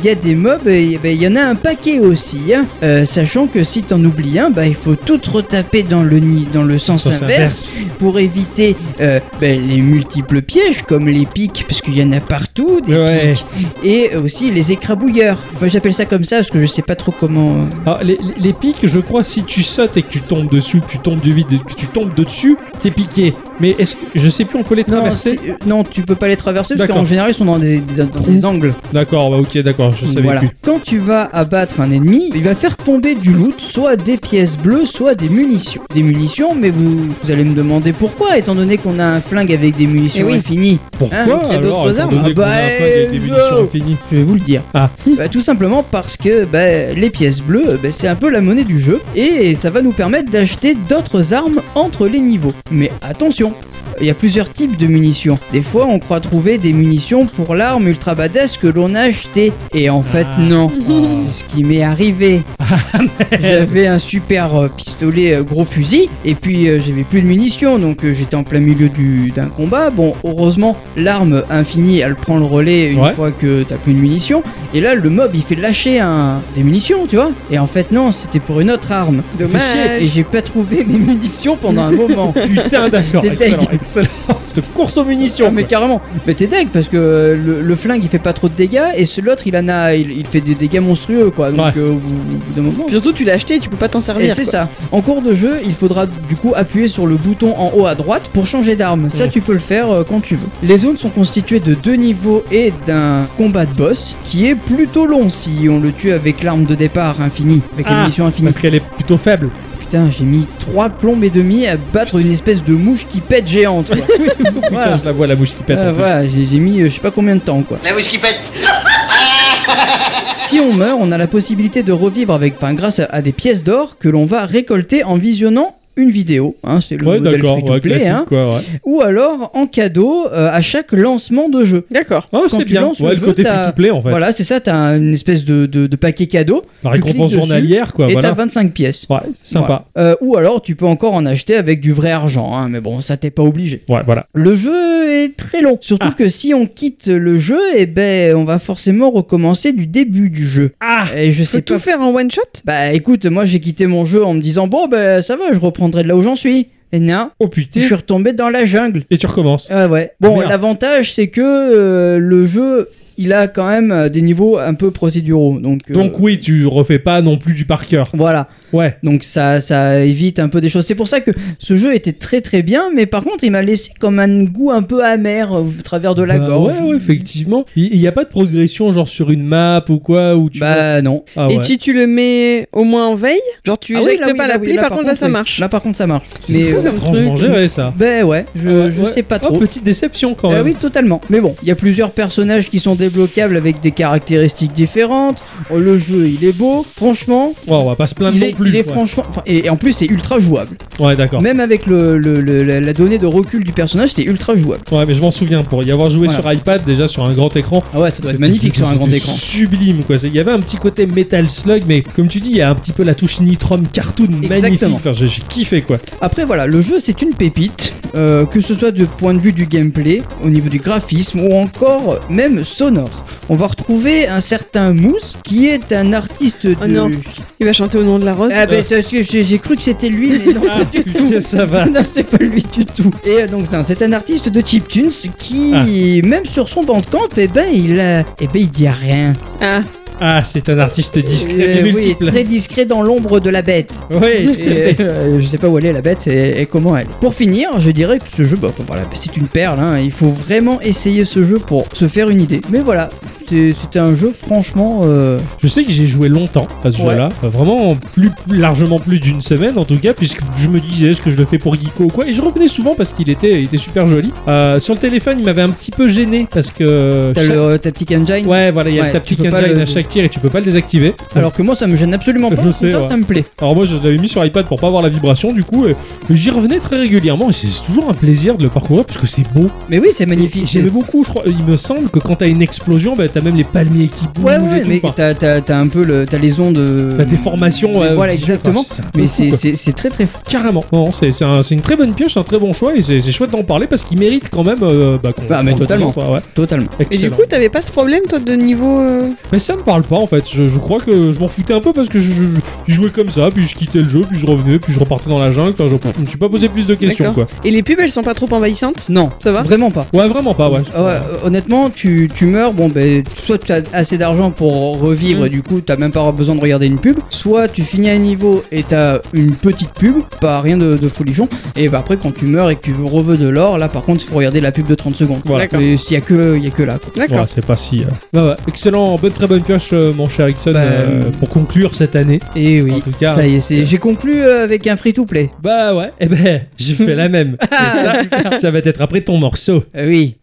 D: il y a des mobs, et eh ben, il y en a un paquet aussi, hein. Euh, sachant que si t'en oublies un, bah, il faut tout retaper dans le, ni- dans le sens,
B: Sens
D: inverse pour éviter euh, bah, les multiples pièges comme les pics, parce qu'il y en a partout, des
B: Ouais.
D: pics, et aussi les écrabouilleurs. Moi j'appelle ça comme ça parce que je sais pas trop comment. euh,
B: Alors, les, les- les pics, je crois, si tu sautes et que tu tombes dessus, que tu tombes du vide, que tu tombes de dessus, t'es piqué. Mais est-ce que je sais plus, on peut les
D: Non,
B: traverser
D: c'est- euh, non, tu peux pas les traverser parce
B: D'accord.
D: qu'en général ils sont dans des, des- dans des angles.
B: D'accord, bah, ok, d'accord, je savais
D: Voilà. Hein,
B: plus.
D: Quand tu vas abattre un ennemi, il va faire tomber du loot, soit des pièces bleues, soit des munitions. Des munitions, mais vous, vous allez me demander pourquoi, étant donné qu'on a un flingue avec des munitions
C: Eh oui.
D: infinies.
B: Pourquoi
D: Hein, donc il y a
B: alors,
D: d'autres
B: étant
D: armes.
B: donné
D: Ah
B: qu'on a
D: bah,
B: un flingue avec des
D: euh,
B: munitions
D: yo.
B: infinies
D: Je vais vous le dire.
B: Ah.
D: Bah, tout simplement parce que bah, les pièces bleues, bah, c'est un peu la monnaie du jeu et ça va nous permettre d'acheter d'autres armes entre les niveaux. Mais attention, il y a plusieurs types de munitions. Des fois, on croit trouver des munitions pour l'arme ultra badass que l'on a achetée. Et en fait,
B: Ah.
D: non.
B: Ah.
D: C'est ce qui m'est arrivé. J'avais un super euh, pistolet euh, gros fusil et puis euh, j'avais plus de munitions donc euh, j'étais en plein milieu du- d'un combat. Bon, heureusement, l'arme infinie elle prend le relais une
B: Ouais.
D: fois que t'as plus de munitions et là le mob il fait lâcher un... des munitions, tu vois. Et en fait, non, c'était pour une autre arme.
C: Dommage.
D: Et j'ai pas trouvé mes munitions pendant un moment.
B: Putain, d'accord.
D: J'étais
B: excellent,
D: dingue.
B: excellent. Cette course aux
D: Ah,
B: munitions.
D: mais
B: quoi.
D: carrément. Mais t'es deg parce que euh, le, le flingue il fait pas trop de dégâts et ce l'autre il en a, il, il fait des dégâts monstrueux quoi. Donc
B: Ouais.
D: euh, au bout au bout d'un moment.
C: Puis surtout, tu l'as acheté, tu peux pas t'en servir.
D: Et Eh, c'est
C: quoi.
D: ça. En cours de jeu, il faudra du coup appuyer sur le bouton en haut à droite pour changer d'arme. Ça,
B: Mhm.
D: tu peux le faire euh, quand tu veux. Les zones sont constituées de deux niveaux et d'un combat de boss qui est plutôt long si on le tue avec l'arme de départ infinie, avec la
B: Ah,
D: munition infinie.
B: Parce qu'elle est plutôt faible.
D: Putain, j'ai mis trois plombes et demi à battre une espèce de mouche qui pète géante. quoi. Voilà.
B: Putain, je la vois la mouche qui pète.
D: Ah,
B: en plus.
D: voilà, j'ai j'ai mis euh, je sais pas combien de temps quoi.
E: La mouche qui pète
D: Si on meurt, on a la possibilité de revivre avec, enfin, grâce à, à des pièces d'or que l'on va récolter en visionnant une vidéo. hein, c'est le
B: Ouais,
D: modèle
B: d'accord,
D: free to
B: ouais,
D: play,
B: classique
D: hein.
B: quoi. Ouais.
D: ou alors en cadeau euh, à chaque lancement de jeu.
C: D'accord.
B: Oh,
D: Quand
B: c'est
D: tu
B: bien.
D: lances le
B: Ouais, le
D: jeu,
B: côté
D: t'as-
B: free to play en fait.
D: Voilà, c'est ça, t'as une espèce de, de- de paquet cadeau
B: La
D: tu cliques
B: récompense
D: dessus
B: journalière quoi.
D: et t'as
B: Bah, Voilà.
D: 25 pièces.
B: Ouais, sympa.
D: Voilà. Euh, ou alors tu peux encore en acheter avec du vrai argent, hein, mais bon, ça t'es pas obligé.
B: Ouais, voilà.
D: Le jeu est très long, surtout
B: Ah.
D: que si on quitte le jeu, eh ben, on va forcément recommencer du début du jeu.
B: Ah
D: Et je
C: Tu peux
D: sais
C: tout
D: pas
C: faire en one shot
D: Bah écoute, moi j'ai quitté mon jeu en me disant bon bah ça va, je reprendrai de là où j'en suis. Et non,
B: Oh
D: je
B: putain.
D: suis retombé dans la jungle.
B: Et tu recommences.
D: Ouais Ah ouais. Bon,
B: Merde.
D: l'avantage c'est que euh, le jeu, il a quand même euh, des niveaux un peu procéduraux. Donc, euh,
B: Donc oui, tu refais pas non plus du par cœur.
D: voilà,
B: Ouais.
D: donc ça, ça évite un peu des choses. C'est pour ça que ce jeu était très très bien, mais par contre il m'a laissé comme un goût un peu amer au travers de la
B: Bah
D: gorge.
B: Ouais, ouais, effectivement. Il n'y a pas de progression genre sur une map ou quoi où tu
D: Bah non.
B: Ah
C: Et
B: ouais.
C: si tu le mets au moins en veille, genre tu
D: Ah oui,
C: éjectes
D: là, oui,
C: pas
D: là,
C: l'appli,
D: oui, là,
C: par, contre là ça
D: oui.
C: marche.
D: Là par contre ça marche.
B: C'est
D: Mais
B: très
D: euh,
B: étrangement géré ça.
D: ben ouais, je,
B: Ah,
D: je
B: ouais.
D: sais pas
B: Oh,
D: trop.
B: petite déception quand
D: Ah
B: même.
D: oui, totalement. Mais bon, il y a plusieurs personnages qui sont débloquables avec des caractéristiques différentes. Oh, le jeu, il est beau. Franchement,
B: Ouais, on va pas se plaindre
D: il
B: non
D: est,
B: plus.
D: il est
B: ouais.
D: franchement. enfin, et, et en plus, c'est ultra jouable.
B: Ouais, d'accord.
D: Même avec le, le- le- la, la donnée de recul du personnage, c'est ultra jouable.
B: Ouais, mais je m'en souviens pour y avoir joué
D: Voilà.
B: sur iPad déjà sur un grand écran.
D: Ah ouais, ça doit être magnifique sur un grand
B: c'était
D: écran.
B: Sublime quoi. C'est- Il y avait un petit côté Metal Slug, mais comme tu dis, il y a un petit peu la touche Nitrom cartoon magnifique.
D: Exactement.
B: Enfin, j'ai j'ai kiffé quoi.
D: Après, voilà, le jeu, c'est une pépite. euh, que ce soit de point de vue du gameplay, au niveau du graphisme ou encore euh, même sonore. On va retrouver un certain Mousse qui est un artiste de.
C: Oh non. Il va chanter au nom de la rose.
D: Ah ben, ça, j'ai j'ai cru que c'était lui, mais non.
B: Ah, putain, ça va.
D: non, c'est pas lui du tout. Et euh, donc, c'est un- c'est un artiste de chiptunes qui, même sur son bandcamp, eh ben, il, euh, eh ben, il dit rien.
C: Ah,
B: Ah, c'est un artiste discret
D: Euh, oui, il est
B: multiple.
D: très discret dans l'ombre de la bête.
B: Oui.
D: Et, euh, je sais pas où elle est la bête et, et comment elle est. Pour finir, je dirais que ce jeu, bah, bon, voilà, c'est une perle. hein. Il faut vraiment essayer ce jeu pour se faire une idée. Mais voilà, c'est c'est un jeu franchement. euh,
B: Je sais que j'ai joué longtemps à ce
D: Ouais.
B: jeu-là, Enfin, vraiment plus, plus- largement plus d'une semaine en tout cas, puisque je me disais est-ce que je le fais pour Geeko ou quoi, et je revenais souvent parce qu'il était, il était super joli. Euh, sur le téléphone, il m'avait un petit peu gêné parce que
D: T'as
B: chaque-
D: le- euh, ta petite engine.
B: ouais voilà, il y a
D: Ouais,
B: le tap
D: tu
B: kick
D: peux
B: and
D: pas
B: drive
D: le- Ah
B: à chaque tir et tu peux pas le désactiver.
D: Alors que moi, ça me gêne absolument pas.
B: Je
D: Au
B: sais,
D: contraire,
B: ouais.
D: ça me plaît.
B: Alors moi je l'avais mis sur iPad pour pas avoir la vibration du coup, et j'y revenais très régulièrement et c'est toujours un plaisir de le parcourir parce que c'est beau.
D: Mais oui, c'est magnifique.
B: J'aimais beaucoup, je crois. Il me semble que quand t'as une explosion, bah, t'as même les palmiers qui bougent
D: Ouais,
B: et
D: ouais,
B: tout.
D: mais
B: Enfin,
D: t'as, t'as- t'as un peu le, t'as les ondes. euh,
B: T'as des formations.
D: mais
B: ouais,
D: voilà,
B: visuelles,
D: exactement.
B: enfin, un peu
D: Mais
B: fou,
D: c'est,
B: quoi.
D: c'est, c'est très très fou.
B: Carrément. Non, c'est c'est un- c'est une très bonne pioche, c'est un très bon choix et c'est c'est chouette d'en parler parce qu'il mérite quand même. euh, bah, qu'on
D: Bah, mais
B: qu'on le
D: totalement.
B: présente, ouais, ouais.
D: Totalement.
C: et du
B: Excellent.
C: coup, t'avais pas ce problème toi de niveau. euh,
B: Mais ça me parle pas en fait. Je, je crois que je m'en foutais un peu parce que je, je- je jouais comme ça, puis je quittais le jeu, puis je revenais, puis je repartais dans la jungle. Enfin, je, je me suis pas posé plus de questions quoi.
C: D'accord. Et les pubs elles sont pas trop envahissantes
D: Non,
C: Ça va
D: vraiment pas.
B: Ouais, vraiment pas. Ouais.
D: Ah ouais, euh, honnêtement, tu, tu meurs, bon ben, soit tu as assez d'argent pour revivre,
C: Mm.
D: et du coup t'as même pas besoin de regarder une pub, soit tu finis un niveau et t'as une petite pub, pas rien de, de folichon, et bah après quand tu meurs et que tu veux reveux de l'or, là par contre il faut regarder la pub de 30 secondes.
B: Voilà.
C: D'accord.
D: Mais il y a que, il y a que là. quoi.
C: D'accord.
B: Ouais, c'est pas si. euh, bah, ouais. Excellent, bonne très bonne pioche, euh, mon cher Ixon,
D: Bah,
B: euh, pour conclure cette année.
D: Et oui,
B: En tout cas,
D: ça y est, c'est- j'ai conclu euh, avec un free to play.
B: Bah ouais, eh ben, j'ai fait la même. ça, ça va être après ton morceau.
D: Euh, oui.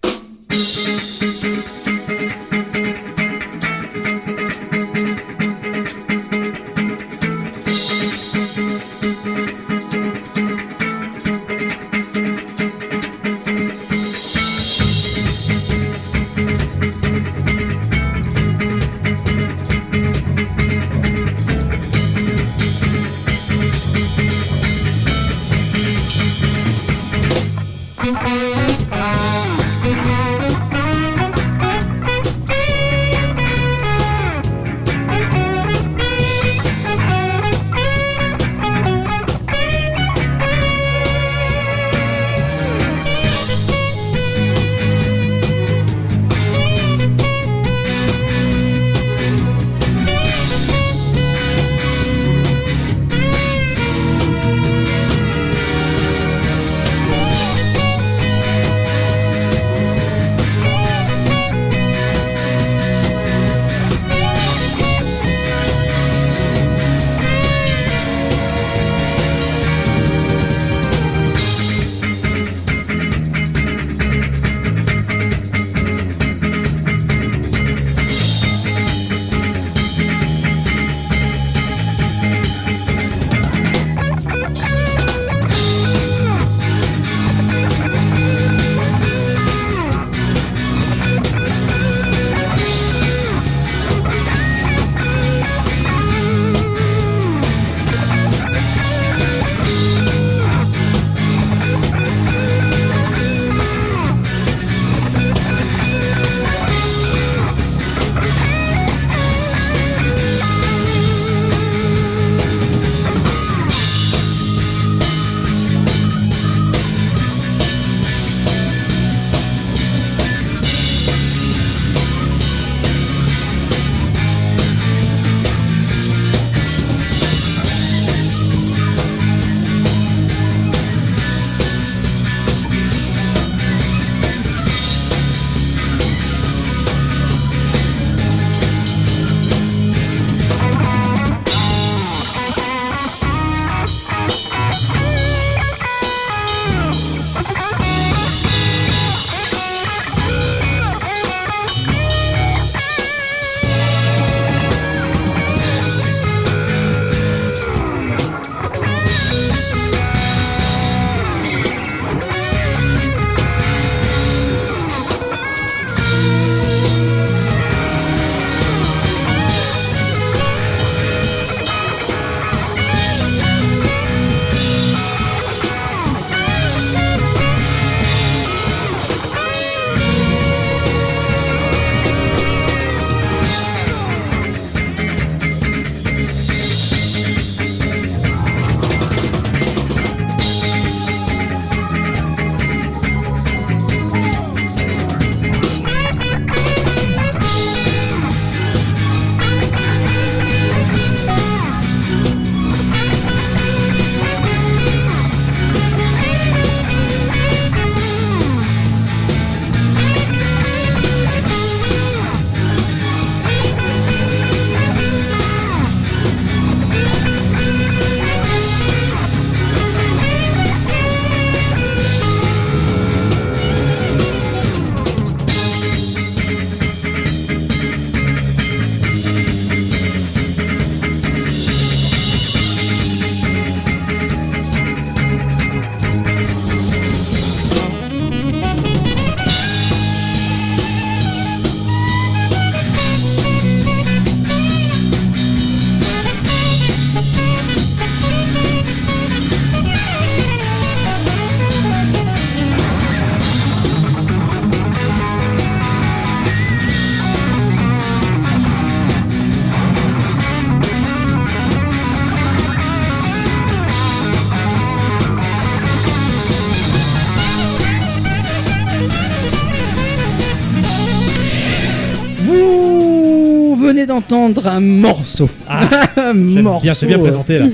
D: venez d'entendre un morceau.
B: Ah,
D: un
B: J'aime
D: morceau.
B: Bien, c'est bien
D: euh,
B: présenté là.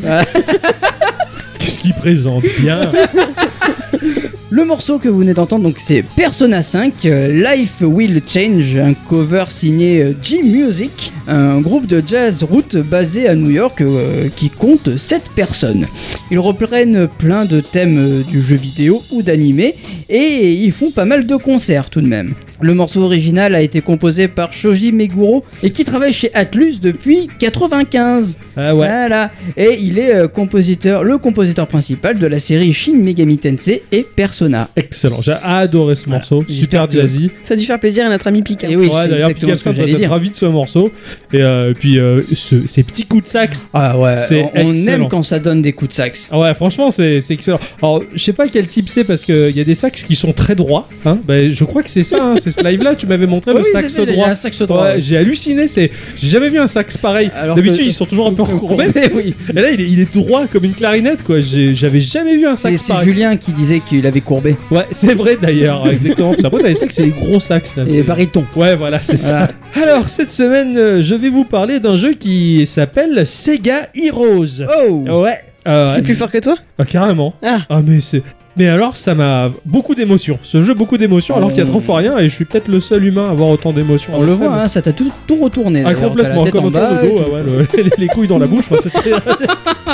B: Qu'est-ce qu'il présente bien
D: Le morceau que vous venez d'entendre, donc c'est Persona 5, euh, Life Will Change, un cover signé euh, G-Music, un groupe de jazz route basé à New York euh, qui compte 7 personnes. Ils reprennent plein de thèmes euh, du jeu vidéo ou d'animé et ils font pas mal de concerts tout de même. Le morceau original a été composé par Shoji Meguro et qui travaille chez Atlus depuis 95.
B: Ah ouais.
D: Voilà. Et il est euh, compositeur, le compositeur principal de la série Shin Megami Tensei et Persona.
B: Excellent, j'ai adoré ce morceau,
D: j'espère
B: Ah, super
D: que-
B: jazzy.
C: Ça a dû faire plaisir à notre ami Picard.
D: Et oui,
B: ouais,
D: c'est
B: d'ailleurs,
D: exactement ce
B: Picasso,
D: que
B: doit
D: j'allais
B: être
D: dire.
B: ravi de ce morceau. Et, euh, et puis, euh, ce- ces petits coups de sax.
D: Ah ouais,
B: C'est
D: on- on
B: excellent.
D: aime quand ça donne des coups de sax.
B: Ah Ouais, franchement, c'est c'est excellent. Alors, je sais pas quel type c'est parce qu'il y a des sax qui sont très droits. Hein. Ben, je crois que c'est ça, hein, c'est ce live-là. Tu m'avais montré le
D: Oui, c'est
B: sax
D: ça, il y a
B: droit.
D: un saxe droit,
B: Ouais,
D: ouais.
B: J'ai halluciné, c'est j'ai jamais vu un sax pareil.
D: Alors
B: D'habitude,
D: que-
B: ils sont toujours un peu recourbés.
D: Mais oui.
B: Et là, il est, il est droit comme une clarinette, quoi. J'ai- J'avais jamais vu un
D: C'est
B: sax
D: c'est
B: pareil. Ah,
D: Julien qui disait qu'il avait courbé.
B: Ouais, c'est vrai d'ailleurs, exactement. Parce qu'après, t'as les sax, c'est les gros sax. Là,
D: Et Ah.
B: c'est-
D: bariton.
B: Ouais, voilà, c'est ça. Alors, cette semaine, euh, je vais vous parler d'un jeu qui s'appelle Sega Heroes.
D: Oh
B: Ouais. euh,
C: C'est plus fort que toi
B: ah, carrément.
C: Ah.
B: mais c'est. Mais alors, ça m'a beaucoup d'émotions. Ce jeu, beaucoup d'émotions. Alors qu'il y a trop fort rien, et je suis peut-être le seul humain à avoir autant d'émotions.
D: Oh. On le
B: Alors, ça
D: voit,
B: me-
D: hein, ça t'a tout, tout retourné.
B: Ah,
D: d'ailleurs. T'as
B: complètement,
D: la tête
B: comme
D: en
B: autour
D: bas.
B: de dos, ah ouais, le- les- les couilles dans la bouche, moi, c'était-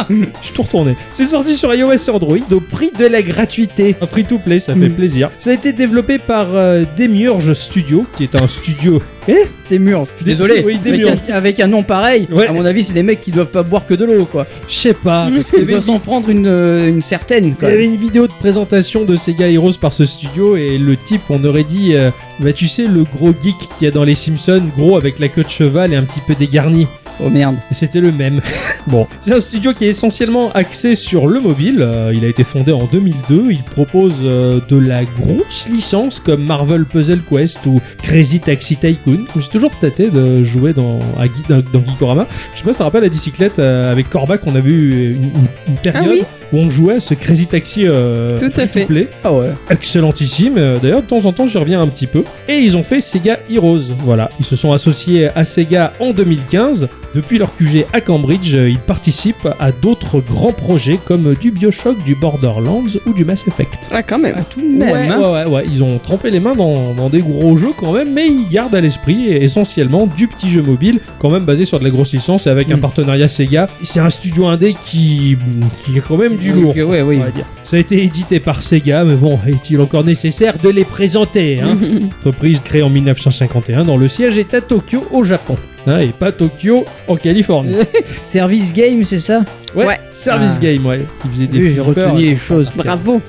B: je suis tout retourné. C'est sorti sur iOS et Android au prix de la gratuité. Un free to play, ça
D: Mm.
B: fait plaisir. Ça a été développé par euh, Demiurge Studio, qui est un studio. Eh
D: Des murs. Je suis désolé.
B: Oui, des
D: Avec
B: murs.
D: un- Avec un nom pareil,
B: Ouais. Ah,
D: à mon avis, c'est des mecs qui doivent pas boire que de l'eau, quoi.
B: Je sais pas, parce
D: Ils
B: qu'il y avait une
D: doivent s'en prendre une, euh, une certaine,
B: Il
D: quoi.
B: y avait une vidéo de présentation de Sega Heroes par ce studio et le type, on aurait dit, euh, bah tu sais, le gros geek qu'il y a dans les Simpsons, gros avec la queue de cheval et un petit peu dégarni.
D: Oh merde.
B: Et c'était le même. bon, c'est un studio qui est essentiellement axé sur le mobile. Euh, il a été fondé en 2002. Il propose euh, de la grosse licence comme Marvel Puzzle Quest ou Crazy Taxi Tycoon. Je me suis toujours tâté de jouer dans, à Gui- dans, dans Geekorama. Je sais pas si tu te rappelles la bicyclette euh, avec Corbac, on avait eu une, une- une période
C: Ah oui.
B: où on jouait à ce Crazy Taxi euh,
C: Tout à
B: free-to-play.
C: fait.
D: Ah ouais.
B: Excellentissime. Euh, D'ailleurs, de temps en temps, j'y reviens un petit peu. Et ils ont fait Sega Heroes. Voilà. Ils se sont associés à Sega en 2015. Depuis leur QG à Cambridge, euh, ils participent à d'autres grands projets comme du Bioshock, du Borderlands ou du Mass Effect.
C: Ah, quand même.
D: Ah, tout de même.
B: ouais,
D: hein.
B: ouais, ouais, ouais. Ils ont trempé les mains dans, dans des gros jeux quand même, mais ils gardent à l'esprit eh, essentiellement du petit jeu mobile, quand même basé sur de la grosse licence et avec un
D: Mm.
B: partenariat Sega. C'est un studio indé qui, qui est quand même du
D: Donc,
B: lourd.
D: euh, Ouais, oui.
B: On va dire. Ça a été édité par Sega, mais bon, est-il encore nécessaire de les présenter hein Entreprise créée en 1951 dont le siège est à Tokyo au Japon. Hein, et pas Tokyo en Californie.
D: Service game, c'est ça
C: Ouais.
B: Service
D: Ah.
B: Game, ouais. Ils faisaient des
D: Oui, j'ai
B: flippers,
D: retenu
B: ouais.
D: les choses.
C: Bravo.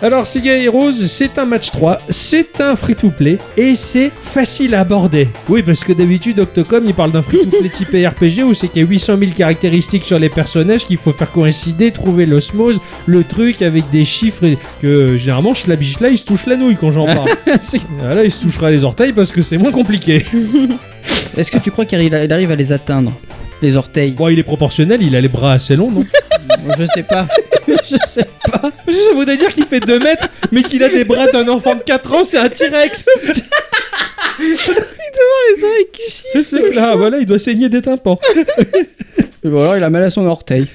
B: Alors Sega Heroes, c'est un match 3, c'est un free-to-play et c'est facile à aborder. Oui, parce que d'habitude Octocom, il parle d'un free-to-play type RPG où c'est qu'il y a 800 000 caractéristiques sur les personnages qu'il faut faire coïncider, trouver l'osmose, le truc avec des chiffres et que euh, généralement Schlabichla, il se touche la nouille quand j'en parle. Ah Là, il se touchera les orteils parce que c'est moins compliqué.
D: Est-ce que tu crois qu'il arrive- il arrive à les atteindre Les orteils
B: Bon, il est proportionnel, il a les bras assez longs, non
D: Moi, Je sais pas. Je sais pas.
B: Ça voudrait dire qu'il fait 2 mètres mais qu'il a des bras d'un enfant de 4 ans, c'est un T-Rex
C: Les oreilles qui sifflent.
B: Et c'est- Là, voilà, il doit saigner des tympans.
D: Ou alors il a mal à son orteil.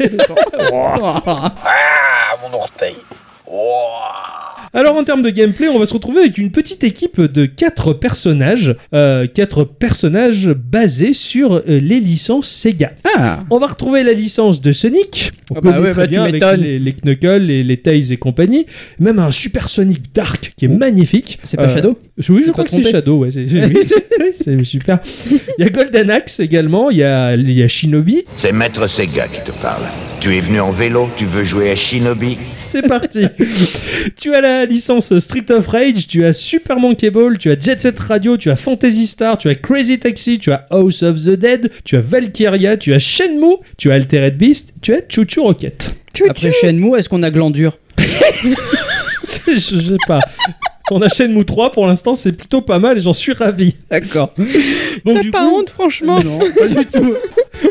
B: Alors en termes de gameplay, on va se retrouver avec une petite équipe de quatre personnages, euh, quatre personnages basés sur euh, les licences Sega.
D: ah
B: On va retrouver la licence de Sonic, on
D: Ah bah
B: connaît
D: ouais,
B: très
D: bah tu
B: bien avec
D: m'étonnes.
B: les, les Knuckles, les, les Tails et compagnie, même un Super Sonic Dark qui est magnifique.
D: Oh. C'est pas
B: Euh,
D: Shadow
B: Oui, je
D: pas
B: crois que c'est
D: trompé.
B: Shadow, ouais, c'est oui, c'est super. Il y a Golden Axe également, il y a, il y a Shinobi,
F: C'est Maître Sega qui te parle. Tu es venu en vélo, tu veux jouer à Shinobi
B: C'est parti. tu as la licence Street of Rage, tu as Super Monkey Ball, tu as Jet Set Radio, tu as Fantasy Star, tu as Crazy Taxi, tu as House of the Dead, tu as Valkyria, tu as Shenmue, tu as Altered Beast, tu as Chuchu Rocket.
D: Après Shenmue, est-ce qu'on a Glandure
B: C'est- Je sais pas. On a Shenmue 3 pour l'instant, c'est plutôt pas mal et j'en suis ravi.
D: D'accord.
B: Donc
C: T'as
B: du
C: pas
B: coup,
C: honte, franchement
D: non, pas du tout.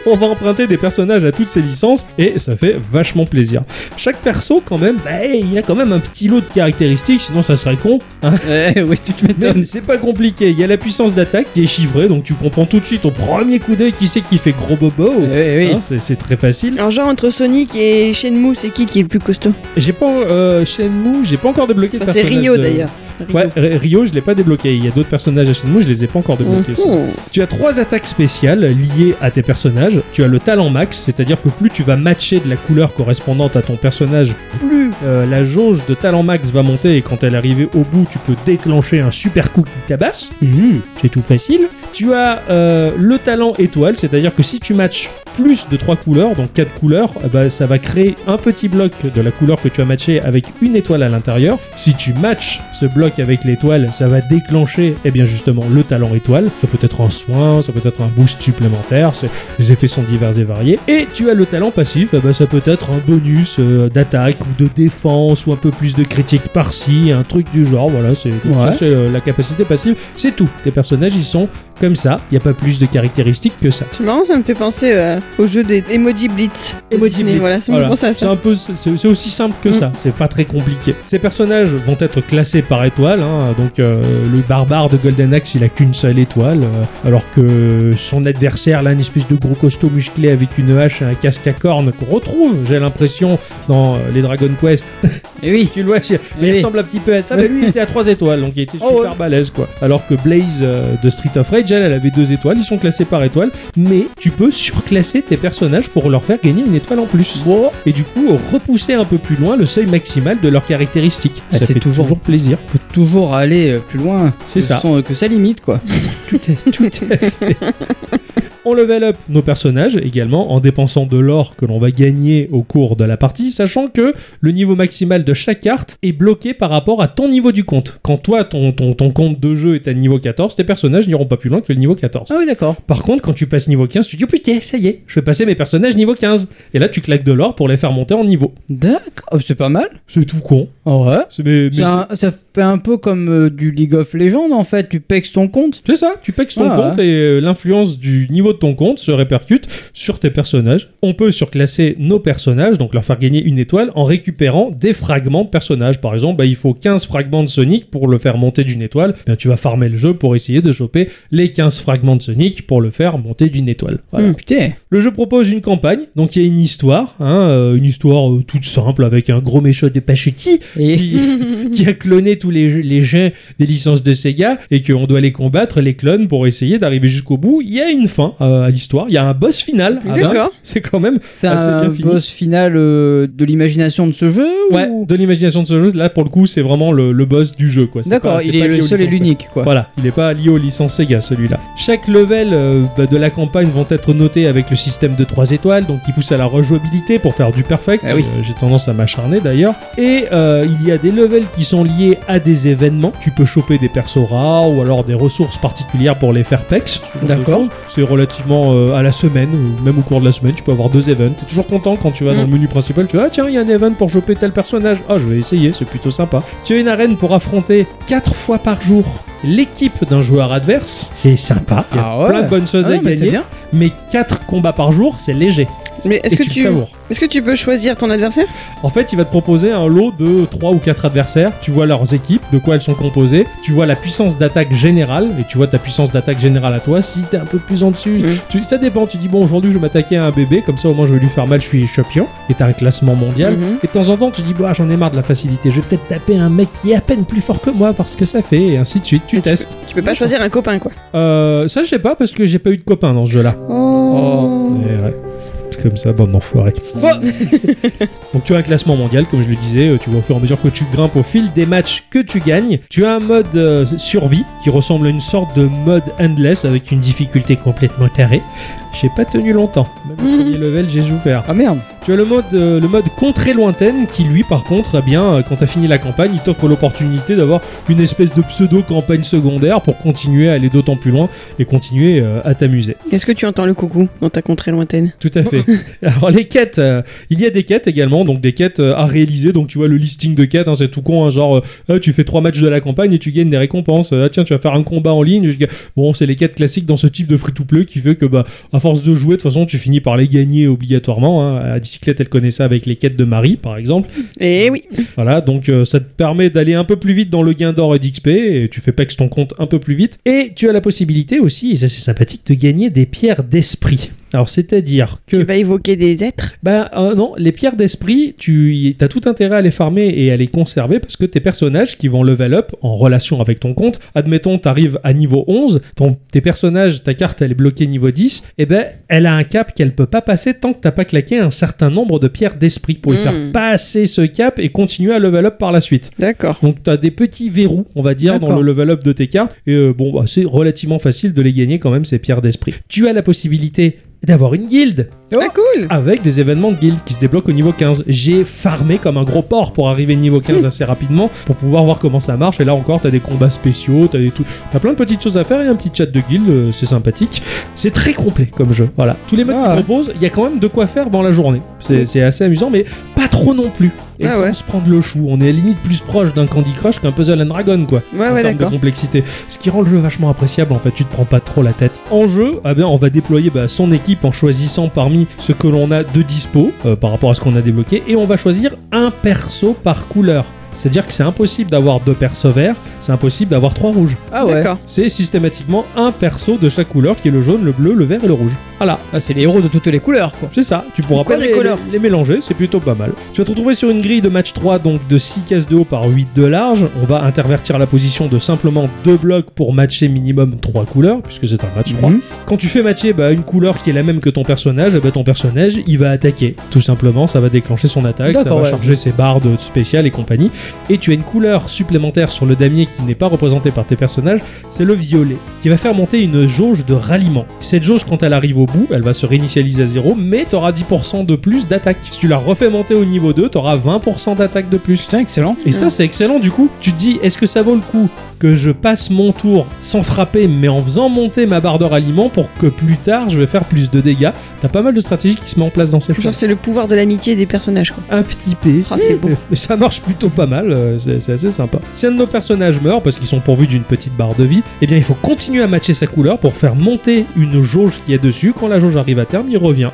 B: on va emprunter des personnages à toutes ces licences et ça fait vachement plaisir. Chaque perso, quand même, bah, il a quand même un petit lot de caractéristiques, sinon ça serait con. hein.
D: Eh oui, tu te
B: Mais
D: m'étonnes.
B: c'est pas compliqué. Il y a la puissance d'attaque qui est chiffrée, donc tu comprends tout de suite au premier coup d'œil qui c'est qui fait gros bobo.
C: Euh,
D: Eh oui,
B: Hein, c'est- c'est très facile.
C: Alors genre entre Sonic et Shenmue, c'est qui qui est le plus costaud
B: J'ai pas euh, Shenmue, j'ai pas encore débloqué le
C: Enfin, C'est
B: personnage
C: Rio
B: de-
C: d'ailleurs. Rio.
B: Ouais, R- Rio, je l'ai pas débloqué. Il y a d'autres personnages à Shenmue, je les ai pas encore débloqués. ça.
C: Mhm.
B: Tu as trois attaques spéciales liées à tes personnages. Tu as le talent max, c'est-à-dire que plus tu vas matcher de la couleur correspondante à ton personnage, plus euh, la jauge de talent max va monter et quand elle est arrivée au bout, tu peux déclencher un super coup qui tabasse.
D: Hein
A: Mhm.
B: C'est tout facile. Tu as euh, le talent étoile, c'est-à-dire que si tu matches plus de trois couleurs, donc quatre couleurs, eh ben, ça va créer un petit bloc de la couleur que tu as matché avec une étoile à l'intérieur. Si tu matches ce bloc avec l'étoile, ça va déclencher eh bien justement le talent étoile. Ça peut être un soin, ça peut être un boost supplémentaire, c'est- les effets sont divers et variés. Et tu as le talent passif, eh ben, ça peut être un bonus euh, d'attaque ou de défense ou un peu plus de critique par-ci, un truc du genre. Voilà, c'est donc
A: Ouais.
B: ça, c'est euh, la capacité passive. C'est tout. Tes personnages, ils sont comme ça. Il n'y a pas plus de caractéristiques que ça.
C: C'est marrant, ça me fait penser euh, au jeu des Emoji Blitz. de
B: Emoji
C: Disney,
B: Blitz.
C: Voilà, ça me fait
B: Voilà.
C: penser à
B: C'est
C: ça.
B: un peu, c'est c'est aussi simple que
C: Mm.
B: ça. C'est pas très compliqué. Ces personnages vont être classés par étoile. hein. Donc euh, le barbare de Golden Axe, il a qu'une seule étoile, euh, alors que son adversaire, là, une espèce de gros costaud musclé avec une hache et un casque à cornes qu'on retrouve, j'ai l'impression, dans euh, les Dragon Quest.
D: eh oui.
B: Tu le vois, tu- mais il
D: Oui.
B: ressemble un petit peu à ça. Mais lui, il était à 3 étoiles, donc il était super
D: Oh ouais.
B: balèze, quoi. Alors que Blaze euh, de Street of Rage, elle, elle avait 2 étoiles. Ils sont classés par étoile, mais tu peux surclasser tes personnages pour leur faire gagner une étoile en plus. Et du coup, repousser un peu plus loin le seuil maximal de leurs caractéristiques.
D: Ah,
B: ça
D: c'est
B: fait
D: toujours-
B: toujours plaisir.
D: Faut toujours aller euh, plus loin.
B: C'est
D: Que
B: ça.
D: son- que ça limite, quoi.
B: Tout est, tout est fait. On level up nos personnages également en dépensant de l'or que l'on va gagner au cours de la partie, sachant que le niveau maximal de chaque carte est bloqué par rapport à ton niveau du compte. Quand toi, ton, ton, ton compte de jeu est à niveau 14, tes personnages n'iront pas plus loin que le niveau 14.
D: Ah oui, d'accord.
B: Par contre, quand tu passes niveau 15, tu dis oh putain, ça y est, je vais passer mes personnages niveau 15. Et là, tu claques de l'or pour les faire monter en niveau.
D: D'accord. Oh, c'est pas mal.
B: C'est tout con.
D: Oh ouais.
B: C'est mais- mais
D: C'est un- ça fait un peu comme euh, du League of Legends en fait, tu pexes ton compte.
B: C'est ça, tu pexes ton
D: Ah,
B: compte et euh, l'influence du niveau de ton compte se répercute sur tes personnages. On peut surclasser nos personnages, donc leur faire gagner une étoile, en récupérant des fragments de personnages. Par exemple, bah, il faut 15 fragments de Sonic pour le faire monter d'une étoile. Bien, tu vas farmer le jeu pour essayer de choper les 15 fragments de Sonic pour le faire monter d'une étoile. Voilà.
D: Hmm, putain.
B: Le jeu propose une campagne, donc il y a une histoire, hein, euh, une histoire euh, toute simple avec un gros méchant de pachetti
D: Et
B: qui, qui a cloné tous les, jeux- les jets des licences de Sega et qu'on doit les combattre, les clones, pour essayer d'arriver jusqu'au bout. Il y a une fin euh, à l'histoire, il y a un boss final. à
C: D'accord.
B: vaincre. C'est quand même
D: c'est
B: Ah, c'est
D: un
B: bien fini.
D: boss final euh, de l'imagination de ce jeu ou-
B: ouais, de l'imagination de ce jeu. Là, pour le coup, c'est vraiment le, le boss du jeu. quoi. C'est
D: D'accord,
B: pas- c'est
D: il
B: pas
D: est
B: lié
D: le
B: aux
D: seul et
B: licences.
D: l'unique quoi.
B: Voilà, il n'est pas lié aux licences Sega celui-là. Chaque level euh, bah, de la campagne vont être notés avec le système de 3 étoiles, donc qui pousse à la rejouabilité pour faire du perfect.
D: Ah oui.
B: Euh, J'ai tendance à m'acharner d'ailleurs. Et euh, il y a des levels qui sont liés à des événements. Tu peux choper des persos rares ou alors des ressources particulières pour les faire pex. ce genre de
D: D'accord.
B: choses. C'est relativement euh, à la semaine, ou même au cours de la semaine, tu peux avoir deux events. T'es toujours content quand tu vas dans le
C: Mm.
B: menu principal, tu vas ah tiens, il y a un event pour choper tel personnage. Ah, je vais essayer, c'est plutôt sympa. Tu as une arène pour affronter quatre fois par jour l'équipe d'un joueur adverse. C'est sympa. Il y a
D: Ah ouais.
B: plein de bonnes choses
D: Ah
B: à
D: non, mais c'est
B: gagner,
D: bien.
B: mais quatre combats par jour, c'est léger.
C: Mais est-ce
B: Et
C: que
B: tu le
C: tu-
B: savoures.
C: Est-ce que tu peux choisir ton adversaire
B: En fait, il va te proposer un lot de 3 ou 4 adversaires. Tu vois leurs équipes, de quoi elles sont composées. Tu vois la puissance d'attaque générale. Et tu vois ta puissance d'attaque générale à toi. Si t'es un peu plus en dessus,
C: Mm.
B: tu- ça dépend. Tu dis, bon, aujourd'hui, je vais m'attaquer à un bébé. Comme ça, au moins, je vais lui faire mal. Je suis champion. Et t'as un classement mondial.
C: Mhm.
B: Et de temps en temps, tu dis, bah, j'en ai marre de la facilité. Je vais peut-être taper un mec qui est à peine plus fort que moi parce que ça fait. Et ainsi de suite. Tu
C: Mais
B: testes.
C: Tu peux pas choisir un copain quoi.
B: Euh, ça, je sais pas parce que j'ai pas eu de copain dans ce jeu-là.
C: Oh.
B: Eh ouais. C'est comme ça, bande d'enfoirés. Donc tu as un classement mondial, comme je le disais, euh, tu vois au fur et à mesure que tu grimpes au fil des matchs que tu gagnes. Tu as un mode euh, survie qui ressemble à une sorte de mode endless avec une difficulté complètement tarée. J'ai pas tenu longtemps. Même le premier level, j'ai souffert.
D: Ah merde.
B: Tu as le mode, euh, le mode contrée lointaine qui, lui, par contre, eh bien, euh, quand t'as fini la campagne, il t'offre l'opportunité d'avoir une espèce de pseudo-campagne secondaire pour continuer à aller d'autant plus loin et continuer euh, à t'amuser.
C: Est-ce que tu entends le coucou dans ta contrée lointaine
B: Tout à fait. Alors les quêtes, euh, il y a des quêtes également, donc des quêtes euh, à réaliser. Donc tu vois le listing de quêtes, hein, c'est tout con, hein, genre euh, Ah, tu fais trois matchs de la campagne et tu gagnes des récompenses. Ah, tiens, tu vas faire un combat en ligne. Je gagne- Bon, c'est les quêtes classiques dans ce type de free-to-play qui fait que bah à force de jouer, de toute façon, tu finis par les gagner obligatoirement. hein. À bicyclette, elle connaît ça avec les quêtes de Marie, par exemple.
C: Eh oui
B: Voilà, donc euh, ça te permet d'aller un peu plus vite dans le gain d'or et d'XP, et tu fais pex ton compte un peu plus vite. Et tu as la possibilité aussi, et ça c'est sympathique, de gagner des pierres d'esprit. Alors c'est-à-dire que...
C: Tu vas évoquer des êtres
B: Ben euh, non, les pierres d'esprit, tu as tout intérêt à les farmer et à les conserver parce que tes personnages qui vont level up en relation avec ton compte, admettons t'arrives à niveau 11, ton, tes personnages, ta carte elle est bloquée niveau 10, et ben elle a un cap qu'elle peut pas passer tant que t'as pas claqué un certain nombre de pierres d'esprit pour lui
C: Mm.
B: faire passer ce cap et continuer à level up par la suite.
C: D'accord.
B: Donc tu as des petits verrous, on va dire, dans
D: D'accord.
B: le level up de tes cartes. Et euh, bon, bah, c'est relativement facile de les gagner quand même, ces pierres d'esprit. Tu as la possibilité d'avoir une guilde
C: Ah cool
B: avec des événements de guild qui se débloquent au niveau 15. J'ai farmé comme un gros porc pour arriver niveau
C: Hmm.
B: 15 assez rapidement pour pouvoir voir comment ça marche. Et là encore, t'as des combats spéciaux, t'as des tout, t'as plein de petites choses à faire et un petit chat de guild, euh, c'est sympathique. C'est très complet comme jeu. Voilà, tous les modes
D: Ah.
B: qu'ils proposent, il y a quand même de quoi faire dans la journée. C'est c'est assez amusant, mais pas trop non plus. Et
C: Hmm. Ah
B: sans
C: ouais.
B: se prendre le chou, on est limite plus proche d'un Candy Crush qu'un Puzzle and Dragon, quoi
C: Ouais,
B: en
C: ouais,
B: termes Ah. de
C: d'accord.
B: complexité. Ce qui rend le jeu vachement appréciable, en fait, tu te prends pas trop la tête. En jeu, ah bien, on va déployer bah, son équipe en choisissant parmi ce que l'on a de dispo euh, par rapport à ce qu'on a débloqué, et on va choisir un perso par couleur. C'est-à-dire que c'est impossible d'avoir deux persos verts, c'est impossible d'avoir trois rouges.
D: Ah ouais.
C: D'accord.
B: C'est systématiquement un perso de chaque couleur qui est le jaune, le bleu, le vert et le rouge. Voilà.
D: Ah, c'est les héros de toutes les couleurs, quoi.
B: C'est ça, tu pourras pas les,
C: Quadricolore.
B: les- les mélanger, c'est plutôt pas mal. Tu vas te retrouver sur une grille de match 3, donc de 6 cases de haut par 8 de large. On va intervertir la position de simplement deux blocs pour matcher minimum 3 couleurs, puisque c'est un match 3.
D: Mhm.
B: Quand tu fais matcher bah, une couleur qui est la même que ton personnage, eh ben, ton personnage il va attaquer. Tout simplement, ça va déclencher son attaque, ça va
D: D'accord, ouais.
B: charger ses barres de spécial et compagnie. Et tu as une couleur supplémentaire sur le damier qui n'est pas représentée par tes personnages, c'est le violet, qui va faire monter une jauge de ralliement. Cette jauge, quand elle arrive au bout, elle va se réinitialiser à zéro, mais t'auras 10% de plus d'attaque. Si tu la refais monter au niveau 2, t'auras 20% d'attaque de plus.
D: Putain, excellent.
B: Et ça, c'est excellent du coup. Tu te dis, est-ce que ça vaut le coup que je passe mon tour sans frapper, mais en faisant monter ma barre de ralliement pour que plus tard je vais faire plus de dégâts T'as pas mal de stratégies qui se mettent en place dans ces
C: Genre,
B: choses.
C: c'est le pouvoir de l'amitié des personnages, quoi.
B: Un petit peu.
C: Ah, c'est beau.
B: Et Ça marche plutôt pas mal, euh, c'est c'est assez sympa. Si un de nos personnages meurt parce qu'ils sont pourvus d'une petite barre de vie, eh bien il faut continuer à matcher sa couleur pour faire monter une jauge qui est dessus. Quand la jauge arrive à terme, il revient.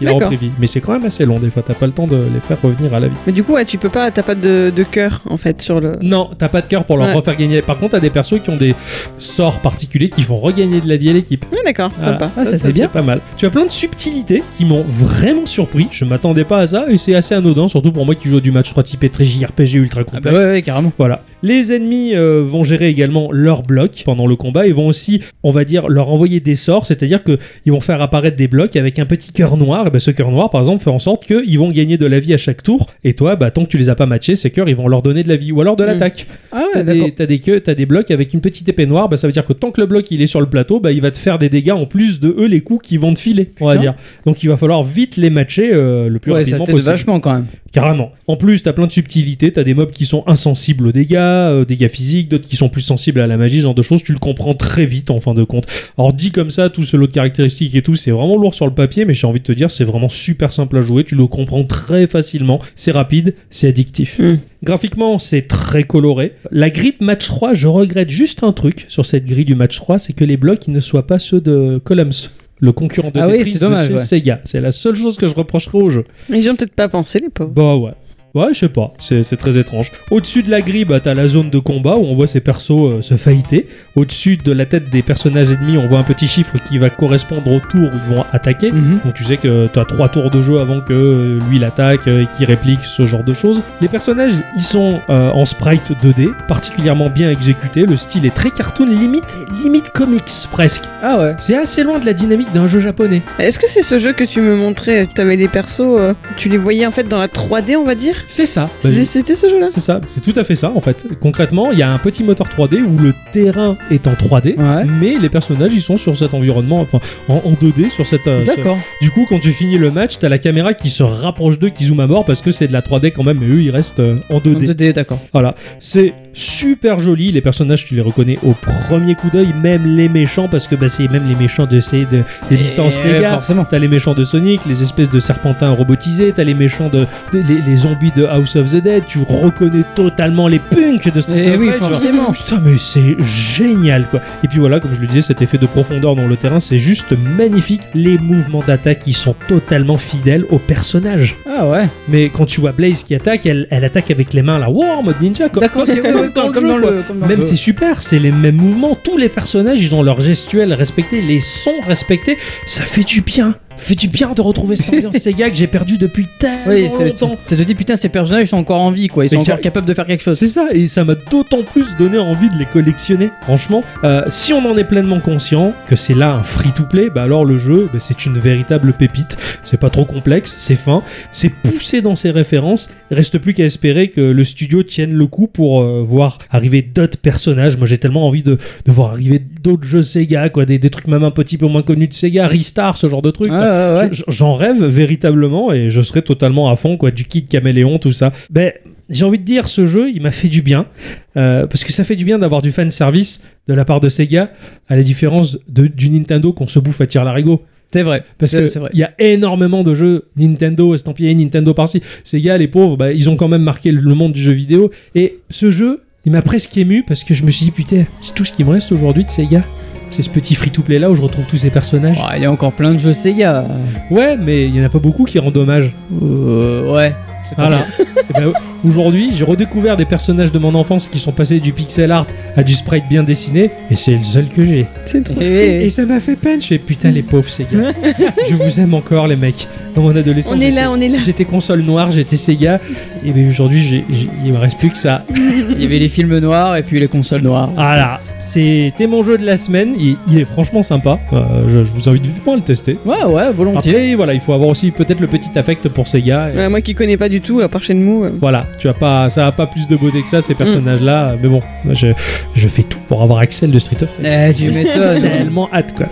B: Il a
C: D'accord.
B: repris vie. Mais c'est quand même assez long des fois, t'as pas le temps de les faire revenir à la vie.
C: Mais du coup, ouais, tu peux pas, t'as pas de, de cœur, en fait, sur le.
B: Non, t'as pas de cœur pour leur
C: Ouais.
B: refaire gagner. Par contre, t'as des persos qui ont des sorts particuliers qui font regagner de la vie à l'équipe.
C: Ah, d'accord,
B: Voilà.
C: sympa.
D: Ah, ça, c'est bien.
B: pas mal. Tu as plein de subtilités qui m'ont vraiment surpris. Je m'attendais pas à ça et c'est assez anodin, surtout pour moi qui joue à du match 3 typé très JRPG ultra
D: Ah
B: complexe.
D: bah ouais, ouais, carrément.
B: Voilà. Les ennemis euh, vont gérer également leur bloc pendant le combat et vont aussi, on va dire, leur envoyer des sorts, c'est-à-dire que ils vont faire apparaître des blocs avec un petit cœur noir. Et ben, ce cœur noir, par exemple, fait en sorte qu'ils vont gagner de la vie à chaque tour. Et toi, bah, tant que tu les as pas matchés, ces cœurs, ils vont leur donner de la vie ou alors de
C: Mm.
B: l'attaque.
D: Ah
B: T'as
D: ouais, d'accord.
B: des, t'as des queues, t'as des blocs avec une petite épée noire, bah ça veut dire que tant que le bloc il est sur le plateau, bah il va te faire des dégâts en plus de eux les coups qui vont te filer, on va
D: Putain.
B: dire. Donc il va falloir vite les matcher euh, le plus
D: Ouais, ça
B: rapidement
D: t'aide
B: possible.
D: vachement quand même.
B: Carrément. En plus, t'as plein de subtilités, t'as des mobs qui sont insensibles aux dégâts, euh, dégâts physiques, d'autres qui sont plus sensibles à la magie, ce genre de choses, tu le comprends très vite en fin de compte. Alors dit comme ça, tout ce lot de caractéristiques et tout, c'est vraiment lourd sur le papier, mais j'ai envie de te dire, c'est vraiment super simple à jouer, tu le comprends très facilement, c'est rapide, c'est addictif.
D: Hmm.
C: Mm.
B: Graphiquement, c'est très coloré. La grille de match 3, je regrette juste un truc sur cette grille du match 3, c'est que les blocs ils ne soient pas ceux de Columns. Le concurrent de
D: Ah oui,
B: Tetris
D: c'est dommage,
B: de chez
D: ouais.
B: Sega. C'est la seule chose que je reprocherai au jeu.
C: Ils ont peut-être pas pensé, les pauvres.
B: Bah ouais. Ouais, je sais pas, c'est c'est très étrange. Au-dessus de la grille, bah, t'as la zone de combat où on voit ces persos euh, se failliter. Au-dessus de la tête des personnages ennemis, on voit un petit chiffre qui va correspondre au tour où ils vont attaquer.
D: Mhm.
B: Donc tu sais que tu as trois tours de jeu avant que euh, lui l'attaque euh, et qu'il réplique ce genre de choses. Les personnages, ils sont euh, en sprite 2D, particulièrement bien exécutés. Le style est très cartoon, limite, limite comics presque.
D: Ah ouais.
B: C'est assez loin de la dynamique d'un jeu japonais.
C: Est-ce que c'est ce jeu que tu me montrais T'avais des persos, euh, tu les voyais en fait dans la 3D, on va dire
B: C'est ça.
C: C'était c'était ce jeu-là
B: C'est ça, c'est tout à fait ça en fait. Concrètement, il y a un petit moteur 3D où le terrain est en 3D,
D: Ouais.
B: mais les personnages ils sont sur cet environnement, enfin en, en 2D sur cette. euh, ce-
D: D'accord.
B: Du coup, quand tu finis le match, t'as la caméra qui se rapproche d'eux, qui zoome à mort parce que c'est de la 3D quand même, mais eux ils restent euh, en 2D.
D: En 2D, d'accord.
B: Voilà, c'est super joli. Les personnages, tu les reconnais au premier coup d'œil, même les méchants, parce que bah, c'est même les méchants de ces de, des licences
D: Et, euh,
B: Sega.
D: Forcément.
B: T'as les méchants de Sonic, les espèces de serpentins robotisés, t'as les méchants de, de- les, les zombies de House of the Dead, tu reconnais totalement les punks de Street
D: Eh
B: of
D: oui,
B: Rage.
D: forcément.
B: Putain mais c'est génial quoi. Et puis voilà, comme je le disais, cet effet de profondeur dans le terrain, c'est juste magnifique. Les mouvements d'attaque qui sont totalement fidèles au personnage.
D: Ah ouais.
B: Mais quand tu vois Blaze qui attaque, elle, elle attaque avec les mains là, wow, en mode ninja quoi.
D: D'accord.
B: Comme- comme dans le jeu, quoi. Même c'est super, c'est les mêmes mouvements, tous les personnages, ils ont leurs gestuels respectés, les sons respectés, ça fait du bien. Fait du bien de retrouver cette ambiance Sega que j'ai perdu depuis tellement
D: Oui, c'est
B: longtemps.
D: ça te dit putain ces personnages ils sont encore en vie quoi, ils sont
B: Mais
D: encore
B: car-
D: capables de faire quelque chose.
B: C'est ça, et ça m'a d'autant plus donné envie de les collectionner. Franchement, euh, si on en est pleinement conscient que c'est là un free-to-play, bah alors le jeu, bah, c'est une véritable pépite. C'est pas trop complexe, c'est fin, c'est poussé dans ses références. Reste plus qu'à espérer que le studio tienne le coup pour euh, voir arriver d'autres personnages. Moi, j'ai tellement envie de, de voir arriver d'autres jeux Sega, quoi, des, des trucs même un petit peu moins connus de Sega, Restar, ce genre de trucs.
D: Ouais,
B: quoi.
D: ouais, ouais.
B: Je- je- J'en rêve véritablement et je serais totalement à fond quoi du kit caméléon tout ça. Ben j'ai envie de dire ce jeu il m'a fait du bien euh, parce que ça fait du bien d'avoir du fan service de la part de Sega à la différence de, du Nintendo qu'on se bouffe à tir larigot.
D: C'est vrai.
B: Parce
D: C'est-
B: que
D: c'est vrai.
B: il y a énormément de jeux Nintendo estampillés Nintendo par-ci. Sega les pauvres bah, ils ont quand même marqué le monde du jeu vidéo et ce jeu il m'a presque ému parce que je me suis dit putain c'est tout ce qui me reste aujourd'hui de Sega. C'est ce petit free-to-play là où je retrouve tous ces personnages.
D: Ouais, il y a encore plein de jeux Sega.
B: Ouais, mais il y en a pas beaucoup qui rendent hommage.
D: Euh, ouais. C'est pas
B: Voilà. Eh ben, Aujourd'hui, j'ai redécouvert des personnages de mon enfance qui sont passés du pixel art à du sprite bien dessiné, et c'est le seul que j'ai.
C: C'est trop.
D: mal. Eh,
B: Et
D: eh,
B: ça m'a fait peine. Je fais putain les pauvres Sega. je vous aime encore les mecs. Dans mon adolescence,
C: On est
B: j'étais-
C: là, on est là.
B: J'étais console noire, j'étais Sega, et ben aujourd'hui, j'ai- j'ai- il me reste plus que ça.
D: Il y avait les films noirs et puis les consoles noires.
B: Voilà, c'était mon jeu de la semaine. Il, il est franchement sympa. Euh, je, je vous invite vivement à le tester.
D: Ouais, ouais, volontiers.
B: Après, voilà, il faut avoir aussi peut-être le petit affect pour Sega. et-
C: Ouais, moi qui connais pas du tout, à part Shenmue. euh,
B: Voilà, tu as pas, ça a pas plus de beauté que ça
D: Mm.
B: ces personnages-là, mais bon, moi, je, je fais tout pour avoir Axel de Street of
D: Eh,
B: Rage.
D: tu m'étonnes.
B: Tellement hâte quoi.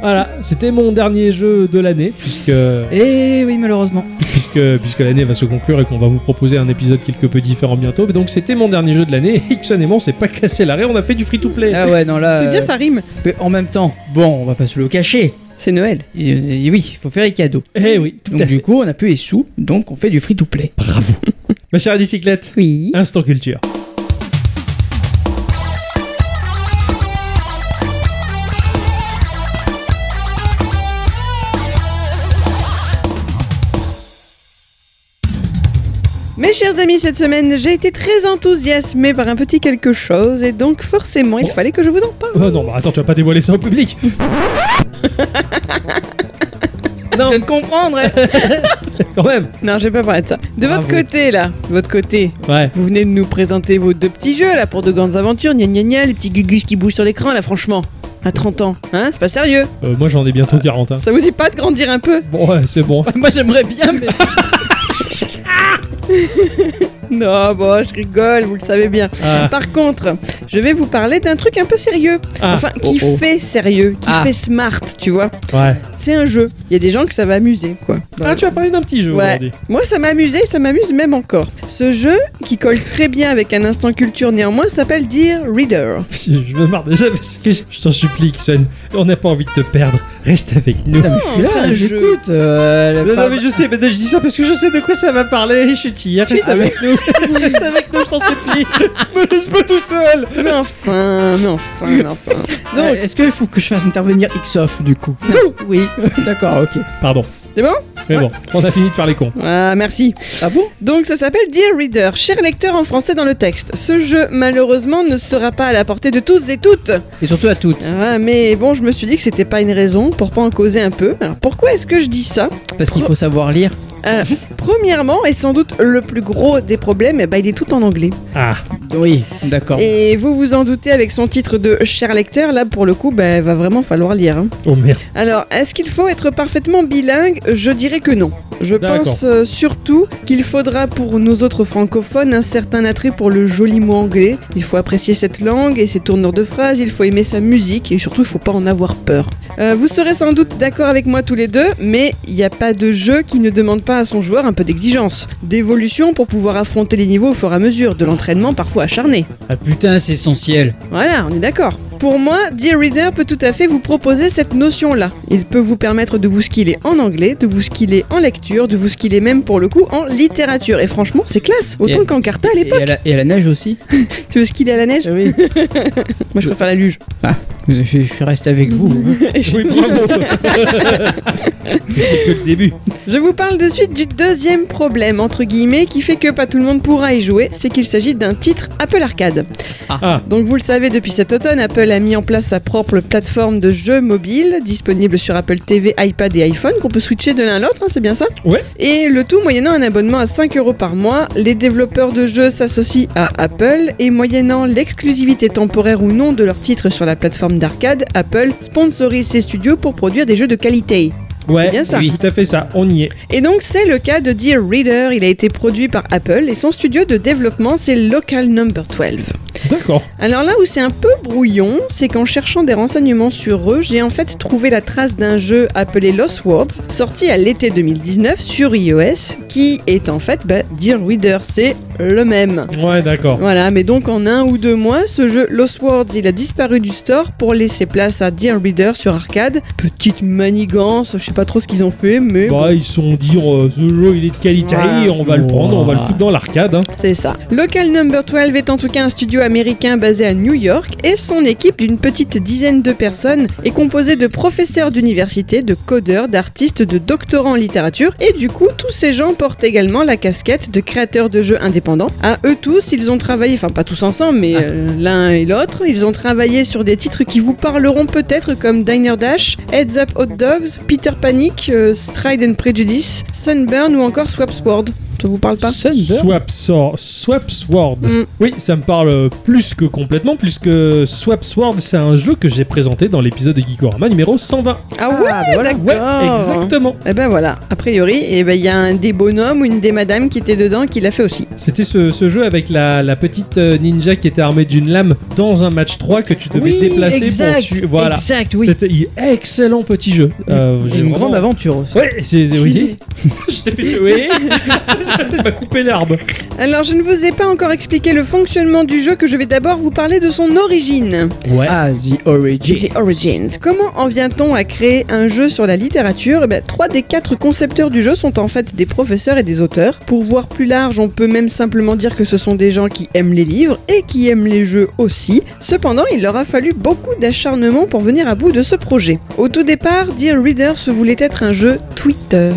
B: voilà, c'était mon dernier jeu de l'année puisque
D: Eh oui, malheureusement.
B: puisque puisque l'année va se conclure et qu'on va vous proposer un épisode quelque peu différent bientôt. Mais donc c'était mon dernier jeu de l'année. et Ixon et moi, on s'est pas cassé l'arrêt, on a fait du free to play.
D: Ah ouais, non là.
C: C'est bien,
D: euh,
C: ça rime.
D: mais en même temps, bon, on va pas se le cacher.
C: C'est Noël.
D: Et, et oui, il faut faire les cadeaux.
B: Eh oui, tout
D: donc
B: à fait.
D: du coup, on a plus les sous, donc on fait du free to play.
B: Bravo. Ma chère bicyclette,
C: Oui.
B: instant culture.
C: Mes chers amis, cette semaine, j'ai été très enthousiasmée par un petit quelque chose et donc forcément, il
B: Oh.
C: fallait que je vous en parle.
B: Oh non, bah attends, tu vas pas dévoiler ça au public.
D: Ah, Je viens de comprendre. hein.
B: Quand même.
C: Non, je vais pas parler de ça. De votre
D: Bravo.
C: côté, là, de votre côté,
B: Ouais.
C: vous venez de nous présenter vos deux petits jeux, là, pour de grandes aventures, gna gna gna, les petits gugus qui bougent sur l'écran, là, franchement. À 30 ans, hein, c'est pas sérieux.
B: Euh, moi j'en ai bientôt 40 hein.
C: Ça vous dit pas de grandir un peu
B: Bon, ouais, c'est bon.
D: Moi, j'aimerais bien, mais
C: Non, bon, je rigole, vous le savez bien.
B: Ah.
C: Par contre, je vais vous parler d'un truc un peu sérieux.
B: Ah.
C: Enfin, qui
B: Oh, oh.
C: fait sérieux, qui
D: Ah.
C: fait smart, tu vois.
B: Ouais.
C: C'est un jeu. Il y a des gens que ça va amuser, quoi.
B: Ah, tu as parlé d'un petit jeu
C: Ouais.
B: aujourd'hui.
C: Moi, ça m'a amusé, ça m'amuse même encore. Ce jeu, qui colle très bien avec un instant culture néanmoins, s'appelle Dear Reader.
B: Je me marre déjà parce que je je t'en supplie, Xen. On n'a pas envie de te perdre. Reste avec nous.
D: Putain, mais je suis
C: c'est
D: là,
C: un
D: j'écoute. euh, elle a
B: Non,
D: pas-
B: non, mais je sais, mais je dis ça parce que je sais de quoi ça va parler. Je tire, reste avec nous. reste avec nous, je t'en supplie. Me laisse pas tout seul.
C: Mais enfin, mais enfin, mais enfin.
D: Euh,
C: Donc,
D: Est-ce qu'il faut que je fasse intervenir Xof du coup Oui, d'accord, ok.
B: Pardon.
C: C'est bon
B: Mais bon, on a fini de faire les cons.
C: ah, merci.
D: Ah bon
C: Donc, ça s'appelle Dear Reader, cher lecteur en français dans le texte. Ce jeu, malheureusement, ne sera pas à la portée de tous et toutes.
D: Et surtout à toutes,
C: Ah, mais bon, je me suis dit que c'était pas une raison pour pas en causer un peu. Alors, pourquoi est-ce que je dis ça Euh,
D: parce qu'il faut savoir lire.
C: Premièrement, et sans doute le plus gros des problèmes, eh ben, il est tout en anglais.
B: Ah,
D: Oui, d'accord.
C: Et vous vous en doutez, avec son titre de cher lecteur, là pour le coup, bah, va vraiment ben, falloir lire. hein.
B: oh merde.
C: Alors, est-ce qu'il faut être parfaitement bilingue Je dirais dirais que non. Je
B: D'accord.
C: pense euh, surtout qu'il faudra pour nous autres francophones un certain attrait pour le joli mot anglais. Il faut apprécier cette langue et ses tournures de phrases, il faut aimer sa musique et surtout il faut pas en avoir peur. Euh, vous serez sans doute d'accord avec moi tous les deux, mais il n'y a pas de jeu qui ne demande pas à son joueur un peu d'exigence, d'évolution pour pouvoir affronter les niveaux au fur et à mesure, de l'entraînement parfois acharné.
D: Ah putain, c'est essentiel.
C: Voilà, on est d'accord. Pour moi, Dear Reader peut tout à fait vous proposer cette notion-là. Il peut vous permettre de vous skiller en anglais, de vous skiller en lecture, de vous skiller même pour le coup en littérature. Et franchement, c'est classe, autant
D: Et-
C: qu'en carta à
D: Et
C: l'époque.
D: à, la, et à la neige aussi.
C: Tu veux skiller à la neige
D: oui.
C: Moi, je préfère la luge.
D: Ah, Je, je reste avec vous. hein.
B: Oui, bravo C'est que le début.
C: Je vous parle de suite du deuxième problème, entre guillemets, qui fait que pas tout le monde pourra y jouer, c'est qu'il s'agit d'un titre Apple Arcade.
D: Ah.
B: Ah.
C: Donc vous le savez, depuis cet automne, Apple a mis en place sa propre plateforme de jeux mobiles, disponible sur Apple TV, iPad et iPhone, qu'on peut switcher de l'un à l'autre, hein, c'est bien ça
B: Ouais.
C: Et le tout moyennant un abonnement à 5 euros par mois, les développeurs de jeux s'associent à Apple, et moyennant l'exclusivité temporaire ou non de leurs titres sur la plateforme d'arcade, Apple sponsorise ses studios pour produire des jeux de qualité.
B: Ouais,
C: C'est bien ça.
B: oui, tout à fait ça, on y est.
C: Et donc c'est le cas de Dear Reader, il a été produit par Apple et son studio de développement c'est Local Number 12.
B: D'accord.
C: Alors là où c'est un peu brouillon, c'est qu'en cherchant des renseignements sur eux, j'ai en fait trouvé la trace d'un jeu appelé Lost Worlds, sorti à l'été 2019 sur iOS, qui est en fait bah, Dear Reader, c'est le même.
B: Ouais, d'accord.
C: Voilà, mais donc en un ou deux mois, ce jeu Lost Worlds, il a disparu du store pour laisser place à Dear Reader sur arcade. Petite manigance, je sais pas trop ce qu'ils ont fait, mais
B: Bah, ils se sont dit, euh, ce jeu il est de qualité,
C: Ouais.
B: on va le prendre, on va le foutre dans l'arcade. hein.
C: C'est ça. Local Number 12 est en tout cas un studio américain basé à New York et son équipe d'une petite dizaine de personnes est composée de professeurs d'université, de codeurs, d'artistes, de doctorants en littérature et du coup tous ces gens portent également la casquette de créateurs de jeux indépendants. À eux tous, ils ont travaillé, enfin pas tous ensemble mais euh, l'un et l'autre, ils ont travaillé sur des titres qui vous parleront peut-être comme Diner Dash, Heads Up Hot Dogs, Peter Panic, euh, Stride and Prejudice, Sunburn ou encore Swapsword. Ça vous parle pas
D: Sunburn
B: Swap, Sword- Swap Sword.
C: Mm.
B: Oui, ça me parle euh, plus que complètement, puisque Swap Sword, c'est un jeu que j'ai présenté dans l'épisode de Geekorama numéro 120.
C: Ah ouais,
B: bah Ouais,
C: d'accord.
B: exactement.
C: Et ben voilà, a priori, et ben il y a un des bonhommes ou une des madames qui était dedans qui l'a fait aussi.
B: C'était ce, ce jeu avec la, la petite euh, ninja qui était armée d'une lame dans un match 3 que tu devais
D: Oui,
B: déplacer
D: exact,
B: pour tuer. Voilà.
D: Exact, oui. Mm.
B: C'était il- excellent petit jeu. Euh,
D: Et
B: j'ai
D: une
B: vraiment-
D: grande aventure aussi.
B: Ouais, c'est. Oui. Je t'ai fait jouer. Tu m'as coupé l'arbre.
C: Alors je ne vous ai pas encore expliqué le fonctionnement du jeu que je vais d'abord vous parler de son origine.
B: Ouais.
D: Ah, The Origin.
C: C'est Origins. Comment en vient-on à créer un jeu sur la littérature Eh ben, Trois des quatre concepteurs du jeu sont en fait des professeurs et des auteurs. Pour voir plus large, on peut même simplement dire que ce sont des gens qui aiment les livres et qui aiment les jeux aussi. Cependant, il leur a fallu beaucoup d'acharnement pour venir à bout de ce projet. Au tout départ, Dear Reader se voulait être un jeu Twitter.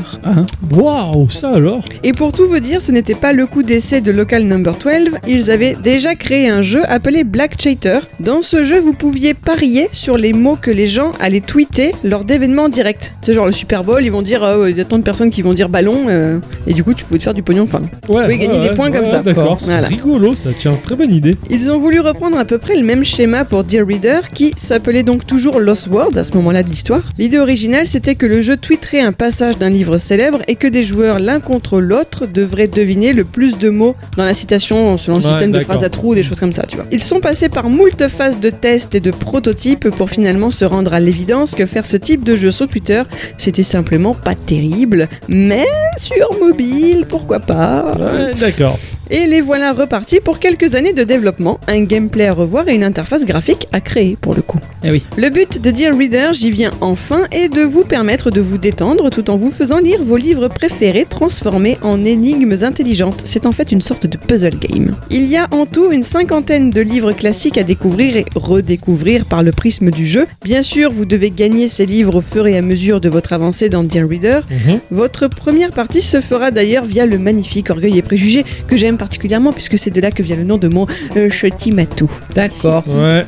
B: Waouh, ça alors.
C: Et pour tout vous dire, ce n'était pas le coup d'essai de Local Number 12, ils avaient déjà créé un jeu appelé Black Chatter. Dans ce jeu, vous pouviez parier sur les mots que les gens allaient tweeter lors d'événements en direct. C'est genre le Super Bowl, ils vont dire, euh, il y a tant de personnes qui vont dire ballon, euh, et du coup tu pouvais te faire du pognon. Enfin,
B: Ouais,
C: pouvez gagner des points comme ça.
B: D'accord,
C: Voilà.
B: c'est rigolo, ça tient. Très bonne idée.
C: Ils ont voulu reprendre à peu près le même schéma pour Dear Reader, qui s'appelait donc toujours Lost World à ce moment-là de l'histoire. L'idée originale, c'était que le jeu tweeterait un passage d'un livre célèbre et que des joueurs l'un contre l'autre devraient deviner le plus de mots dans la citation selon le
B: Ouais,
C: système de
B: d'accord.
C: phrases à trous, des choses comme ça, tu vois. Ils sont passés par moult phases de tests et de prototypes pour finalement se rendre à l'évidence que faire ce type de jeu sur Twitter, c'était simplement pas terrible, mais sur mobile, pourquoi pas
B: Ouais, d'accord.
C: et les voilà repartis pour quelques années de développement, un gameplay à revoir et une interface graphique à créer pour le coup.
D: Eh oui.
C: Le but de Dear Reader, j'y viens enfin, est de vous permettre de vous détendre tout en vous faisant lire vos livres préférés transformés en énigmes intelligentes. C'est en fait une sorte de puzzle game. Il y a en tout une cinquantaine de livres classiques à découvrir et redécouvrir par le prisme du jeu. Bien sûr, vous devez gagner ces livres au fur et à mesure de votre avancée dans Dear Reader,
B: Mhm.
C: votre première partie se fera d'ailleurs via le magnifique Orgueil et Préjugés que j'aime particulièrement puisque c'est de là que vient le nom de mon euh, Chetimatou.
D: D'accord.
B: Mhm. Ouais.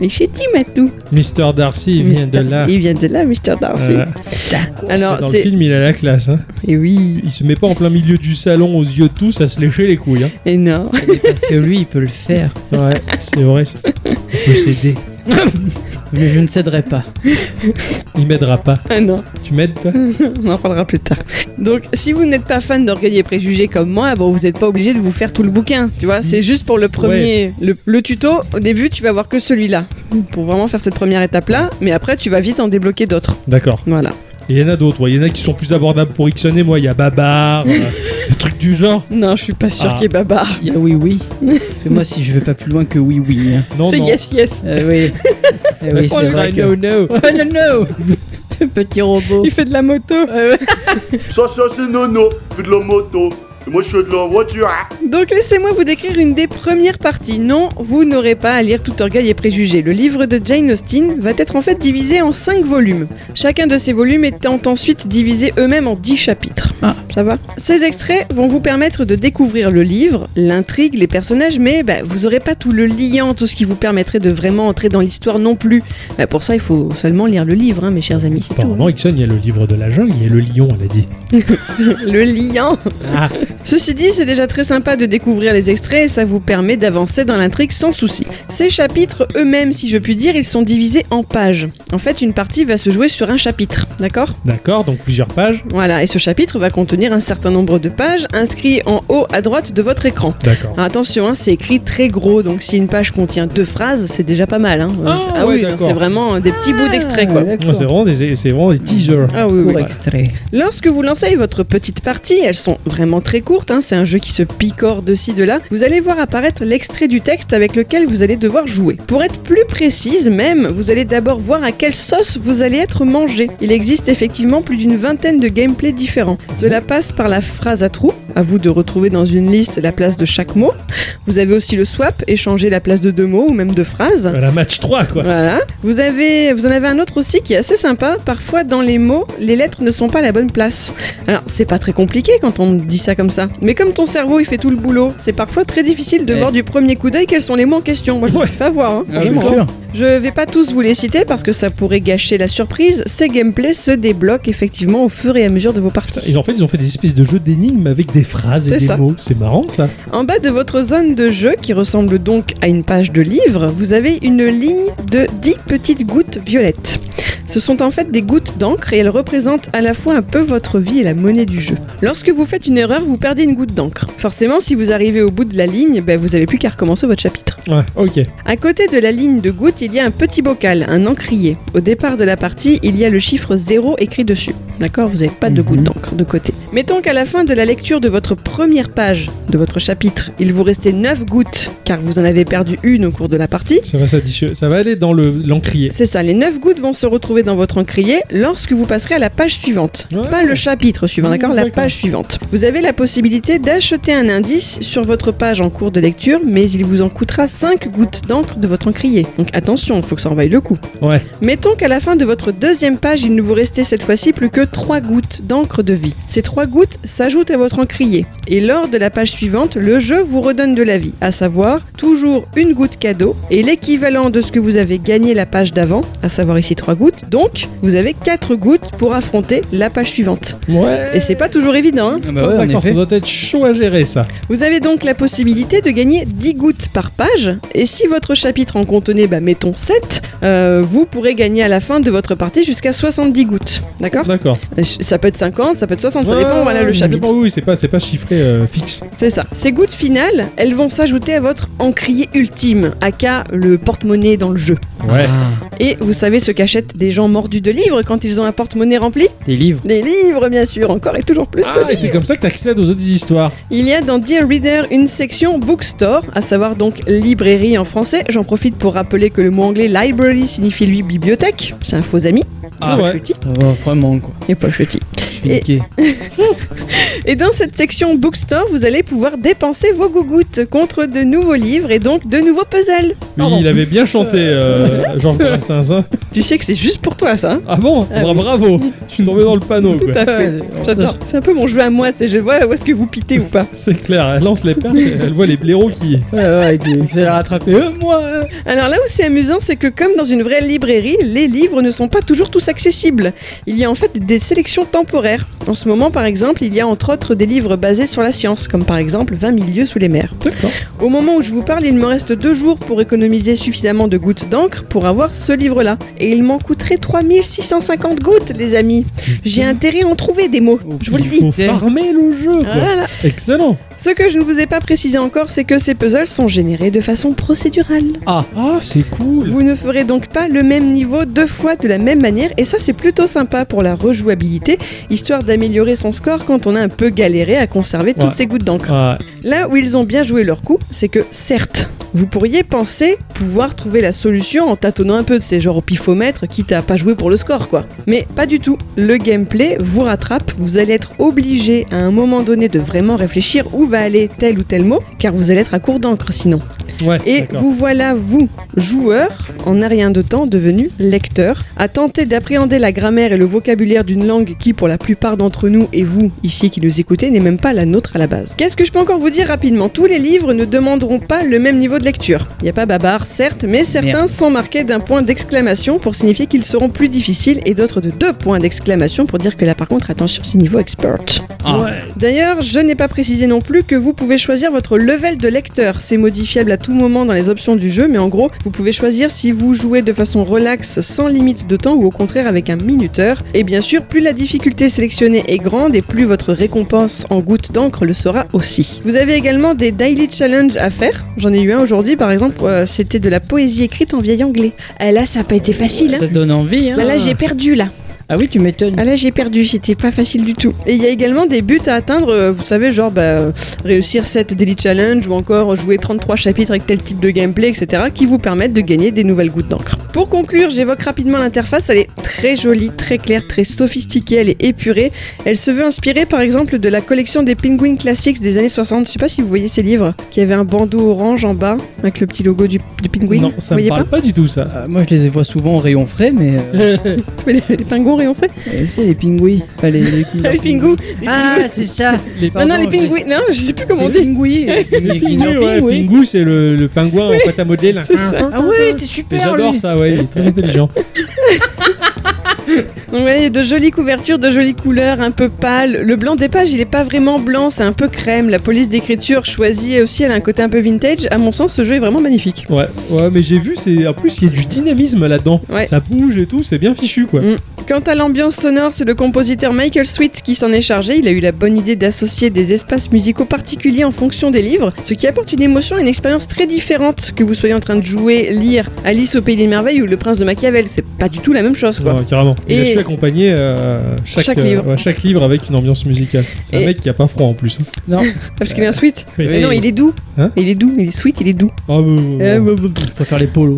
C: Les Chetimatou.
B: Mister Darcy il vient de là.
C: Il vient de là, Mr. Darcy.
B: Voilà.
C: Alors,
B: Dans le
C: c'est.
B: film, il a la classe. hein.
C: Et oui,
B: Il se met pas en plein milieu du salon aux yeux de tous à se lécher les couilles. hein.
C: et eh non.
D: Parce que lui, il peut le faire.
B: Ouais, c'est vrai. ça. On peut s'aider.
D: Mais je ne céderai pas.
B: Il m'aidera pas.
C: Ah non,
B: Tu m'aides, toi
C: on en parlera plus tard. Donc, si vous n'êtes pas fan d'Orgueil et Préjugés comme moi, bon, vous n'êtes pas obligé de vous faire tout le bouquin, tu vois. C'est juste pour le premier. Le, le tuto, au début, tu vas voir que celui-là. Pour vraiment faire cette première étape-là, mais après, tu vas vite en débloquer d'autres.
B: D'accord.
C: Voilà.
B: Et il y en a d'autres. ouais. Il y en a qui sont plus abordables pour Ixon et moi. Il y a Babar, euh, des trucs du genre.
C: Non, je suis pas sûr
B: Ah.
C: qu'il est bavard.
D: Il y a oui oui. Parce que moi si je vais pas plus loin que oui oui. hein.
B: Non,
C: C'est
B: non.
C: yes, yes.
D: Euh, oui. Eh oui,
B: Oh,
D: c'est vrai
B: I
D: que...
B: know, know.
D: Oh, non, non Petit robot.
C: Il fait de la moto.
G: Ça, ça, c'est Nono, fait de la moto. Et moi, je fais de la voiture.
C: Donc laissez-moi vous décrire une des premières parties. Non, vous n'aurez pas à lire tout orgueil et préjugés. Le livre de Jane Austen va être en fait divisé en 5 volumes. Chacun de ces volumes étant ensuite divisé eux-mêmes en 10 chapitres.
D: Ah.
C: ça va Ces extraits vont vous permettre de découvrir le livre, l'intrigue, les personnages, mais bah, vous n'aurez pas tout le liant, tout ce qui vous permettrait de vraiment entrer dans l'histoire non plus. Bah, pour ça, il faut seulement lire le livre, hein, mes chers amis, c'est tout.
B: Apparemment, Ixon, il y a le livre de la jungle, il y a le lion, elle a dit.
C: Le liant
B: Ah.
C: Ceci dit, c'est déjà très sympa de découvrir les extraits et ça vous permet d'avancer dans l'intrigue sans souci. Ces chapitres eux-mêmes, si je puis dire, ils sont divisés en pages. En fait, une partie va se jouer sur un chapitre, d'accord
B: D'accord, donc plusieurs pages.
C: Voilà, et ce chapitre va contenir un certain nombre de pages inscrites en haut à droite de votre écran.
B: D'accord.
C: Alors, attention, hein, c'est écrit très gros, donc si une page contient deux phrases, c'est déjà pas mal. Hein.
B: Ah, ouais,
C: oui, non,
B: d'accord. Ah,
C: c'est vraiment euh, des petits bouts d'extraits,
D: Ah,
C: quoi.
B: Ouais, c'est vraiment des, c'est vraiment des teasers.
C: Ah oui, oui.
D: Pour extrait.
C: Lorsque vous lancez votre petite partie, elles sont vraiment très courtes, hein, c'est un jeu qui se picore de ci de là, vous allez voir apparaître l'extrait du texte avec lequel vous allez devoir jouer. Pour être plus précise même, vous allez d'abord voir à quelle sauce vous allez être mangé. Il existe effectivement plus d'une vingtaine de gameplays différents. Cela passe par la phrase à trous, à vous de retrouver dans une liste la place de chaque mot. Vous avez aussi le swap, échanger la place de deux mots ou même de phrases.
B: Euh, La match 3, quoi.
C: Voilà. Vous, avez, vous en avez un autre aussi qui est assez sympa. Parfois, dans les mots, les lettres ne sont pas à la bonne place. Alors, c'est pas très compliqué quand on dit ça comme ça. Mais comme ton cerveau, il fait tout le boulot, c'est parfois très difficile de
D: Ouais. Ah,
C: voir du premier coup d'œil quels sont les mots en question. Moi, je ne
B: Ouais.
C: peux pas voir. hein,
B: Ah,
D: je suis
C: franchement.
D: sûr.
C: Je vais pas tous vous les citer parce que ça pourrait gâcher la surprise. Ces gameplays se débloquent effectivement au fur et à mesure de vos parties.
B: Et en fait, ils ont fait des espèces de jeux d'énigmes avec des phrases et
C: C'est
B: des
C: ça.
B: mots. C'est marrant, ça.
C: En bas de votre zone de jeu, qui ressemble donc à une page de livre, vous avez une ligne de 10 petites gouttes violettes. Ce sont en fait des gouttes d'encre et elles représentent à la fois un peu votre vie et la monnaie du jeu. Lorsque vous faites une erreur, vous perdez une goutte d'encre. Forcément, si vous arrivez au bout de la ligne, ben, vous n'avez plus qu'à recommencer votre chapitre.
B: Ouais, ok.
C: À côté de la ligne de gouttes, il y a un petit bocal, un encrier. Au départ de la partie, il y a le chiffre 0 écrit dessus. D'accord Vous n'avez pas de goutte d'encre de côté. Mettons qu'à la fin de la lecture de votre première page de votre chapitre, il vous restait 9 gouttes, car vous en avez perdu une au cours de la partie.
B: Ça va, s'additionner- ça va aller dans le, l'encrier.
C: C'est ça, les 9 gouttes vont se retrouver dans votre encrier lorsque vous passerez à la page suivante.
B: Ouais.
C: Pas le chapitre suivant,
B: Mmh,
C: d'accord La
B: d'accord.
C: page suivante. Vous avez la possibilité d'acheter un indice sur votre page en cours de lecture, mais il vous en coûtera 5 gouttes d'encre de votre encrier. Donc attention, il faut que ça en vaille le coup.
B: Ouais.
C: Mettons qu'à la fin de votre deuxième page, il ne vous restait cette fois-ci plus que 3 gouttes d'encre de vie. Ces 3 gouttes s'ajoutent à votre encrier. Et lors de la page suivante, le jeu vous redonne de la vie, à savoir toujours une goutte cadeau et l'équivalent de ce que vous avez gagné la page d'avant, à savoir ici 3 gouttes. Donc, vous avez 4 gouttes pour affronter la page suivante.
B: Ouais.
C: Et c'est pas toujours évident, hein
D: Ah
B: Ça,
D: bah ouais, en
B: d'accord, ça
D: effet.
B: doit être chaud à gérer, ça.
C: vous avez donc la possibilité de gagner 10 gouttes par page, et si votre chapitre en contenait, bah, mettons 7, euh, vous pourrez gagner à la fin de votre partie jusqu'à 70 gouttes. D'accord
B: D'accord.
C: Ça peut être 50, ça peut être 60, Ah, ça
B: Ouais,
C: dépend, voilà le
B: mais
C: chapitre.
B: bon, oui, c'est pas, c'est pas chiffré euh, fixe.
C: C'est ça. Ces gouttes finales, elles vont s'ajouter à votre encrier ultime, aka le porte-monnaie dans le jeu.
B: Ouais.
C: Et vous savez ce qu'achètent des gens mordus de livres quand ils ont un porte-monnaie rempli
D: Des livres.
C: Des livres, bien sûr, encore et toujours plus. de
B: Ah, et c'est comme ça que t'accèdes aux autres histoires.
C: Il y a dans Dear Reader une section bookstore, à savoir donc librairie en français. J'en profite pour rappeler que le mot anglais library signifie lui bibliothèque. C'est un faux ami.
B: Ah
C: Pas
B: ouais.
C: chutis.
D: Ah ouais, vraiment quoi.
C: Et pas chutis.
D: Je suis
C: Et-
D: niqué.
C: Et dans cette section bookstore, vous allez pouvoir dépenser vos gougouttes contre de nouveaux livres et donc de nouveaux puzzles.
B: Oui, il avait bien chanté, euh, Georges Brassens. hein.
C: Tu sais que c'est juste pour toi, ça. hein
B: Ah bon
C: Ah
B: Bra-
C: oui.
B: Bravo Je suis tombé dans le panneau,
C: Tout
B: quoi.
D: Ah,
C: à fait. J'adore. C'est un peu mon jeu à moi, c'est je vois où est-ce que vous pitez ou pas.
B: C'est clair, elle lance les perches, elle voit les blaireaux qui...
D: Ouais, ouais, avec des- vous allez rattraper. Euh, moi euh.
C: Alors là où c'est amusant, c'est que comme dans une vraie librairie, les livres ne sont pas toujours tous accessibles. Il y a en fait des sélections temporaires. littéraire. En ce moment, par exemple, il y a entre autres des livres basés sur la science, comme par exemple 20 000 lieux sous les mers.
B: D'accord.
C: Au moment où je vous parle, il me reste deux jours pour économiser suffisamment de gouttes d'encre pour avoir ce livre-là. Et il m'en coûterait 3650 gouttes, les amis. J'ai intérêt à en trouver des mots, je vous le
B: Oh, Il
C: dis.
B: faut farmer le jeu, quoi.
C: Voilà.
B: Excellent.
C: Ce que je ne vous ai pas précisé encore, c'est que ces puzzles sont générés de façon procédurale.
B: Ah, c'est cool.
C: Vous ne ferez donc pas le même niveau deux fois de la même manière, et ça c'est plutôt sympa pour la rejouabilité, histoire d'améliorer son score quand on a un peu galéré à conserver toutes
B: Ouais.
C: ses gouttes d'encre.
B: Ah,
C: Là où ils ont bien joué leur coup, c'est que certes, vous pourriez penser pouvoir trouver la solution en tâtonnant un peu de ces genres au pifomètre, quitte à pas jouer pour le score quoi. Mais pas du tout. Le gameplay vous rattrape, vous allez être obligé à un moment donné de vraiment réfléchir où va aller tel ou tel mot, car vous allez être à court d'encre sinon.
B: ouais.
C: Et
B: d'accord.
C: vous voilà, vous, joueur, en n'a rien de temps devenu lecteur, à tenter d'appréhender la grammaire et le vocabulaire d'une langue qui, pour la plupart d'entre nous et vous, ici qui nous écoutez, n'est même pas la nôtre à la base. Qu'est-ce que je peux encore vous dire rapidement Tous les livres ne demanderont pas le même niveau de lecture. Il n'y a pas babar, certes, mais certains sont marqués d'un point d'exclamation pour signifier qu'ils seront plus difficiles et d'autres de deux points d'exclamation pour dire que là, par contre, attention, c'est niveau expert.
D: Ah.
C: D'ailleurs, je n'ai pas précisé non plus que vous pouvez choisir votre level de lecteur. C'est modifiable à tout moment dans les options du jeu, mais en gros, vous pouvez choisir si vous jouez de façon relaxe, sans limite de temps, ou au contraire avec un minuteur. Et bien sûr, plus la difficulté sélectionnée est grande, et plus votre récompense en gouttes d'encre le sera aussi. Vous avez également des daily challenges à faire. J'en ai eu un aujourd'hui, par exemple, euh, c'était de la poésie écrite en vieil anglais. Ah, là, ça n'a pas été facile.
D: Ça te
C: Hein.
D: donne envie, hein
C: Bah, là, j'ai perdu là.
D: Ah oui, tu m'étonnes.
C: Ah là j'ai perdu, c'était pas facile du tout. Et il y a également des buts à atteindre, euh, vous savez, genre bah, euh, réussir 7 Daily Challenge ou encore jouer 33 chapitres avec tel type de gameplay, etc. qui vous permettent de gagner des nouvelles gouttes d'encre. Pour conclure, j'évoque rapidement l'interface, elle est très jolie, très claire, très sophistiquée, elle est épurée. Elle se veut inspirée par exemple de la collection des Penguin Classics des années 60, je sais pas si vous voyez ces livres, qui avait un bandeau orange en bas avec le petit logo du, du Penguin.
B: non, ça
C: vous
B: me
C: voyez
B: parle
C: pas
B: pas, du tout, ça.
D: Euh, moi, je les vois souvent au rayon frais, mais euh,
C: Mais les, les pingouins et en fait.
D: euh, c'est les pingouis. Enfin, les, les, Kinder
C: Les pingous.
D: Ah, c'est ça.
C: Non, non, les
D: Pardon, je-
C: pingouins, non, je sais plus comment on
D: C'est
C: dit.
D: pingouis. Les
B: Le
D: Kinder
B: pingou, ouais,
D: Pingouis.
B: Pingu, c'est le, le pingouin en pâte à modeler. là.
C: C'est ça.
D: Ah oui, il était
B: Et
D: super
B: J'adore
D: lui.
B: ça, ouais, il est très intelligent.
C: Donc voilà, il y a de jolies couvertures, de jolies couleurs, un peu pâles. Le blanc des pages, il est pas vraiment blanc, c'est un peu crème. La police d'écriture choisie aussi, elle a un côté un peu vintage. À mon sens, ce jeu est vraiment magnifique.
B: Ouais, ouais, mais j'ai vu, c'est en plus il y a du dynamisme là-dedans.
C: Ouais.
B: Ça bouge et tout, c'est bien fichu quoi.
C: Mm. Quant à l'ambiance sonore, c'est le compositeur Michael Sweet qui s'en est chargé. Il a eu la bonne idée d'associer des espaces musicaux particuliers en fonction des livres, ce qui apporte une émotion et une expérience très différente que vous soyez en train de jouer, lire Alice au pays des merveilles ou Le Prince de Machiavel. C'est pas du tout la même chose, quoi.
B: Ouais, carrément. Il a
C: Et-
B: su accompagner euh, chaque,
C: Chaque
B: euh,
C: livre.
B: ouais, chaque livre avec une ambiance musicale. C'est un
C: Et-
B: mec qui a pas froid en plus. hein.
C: Parce qu'il est un sweet.
B: Oui.
C: Mais non, il est doux.
B: Hein
C: il est doux, il est sweet, il est doux.
B: Ah, ouais, ouais,
D: Eh,
B: ouais.
D: Je préfère les polos.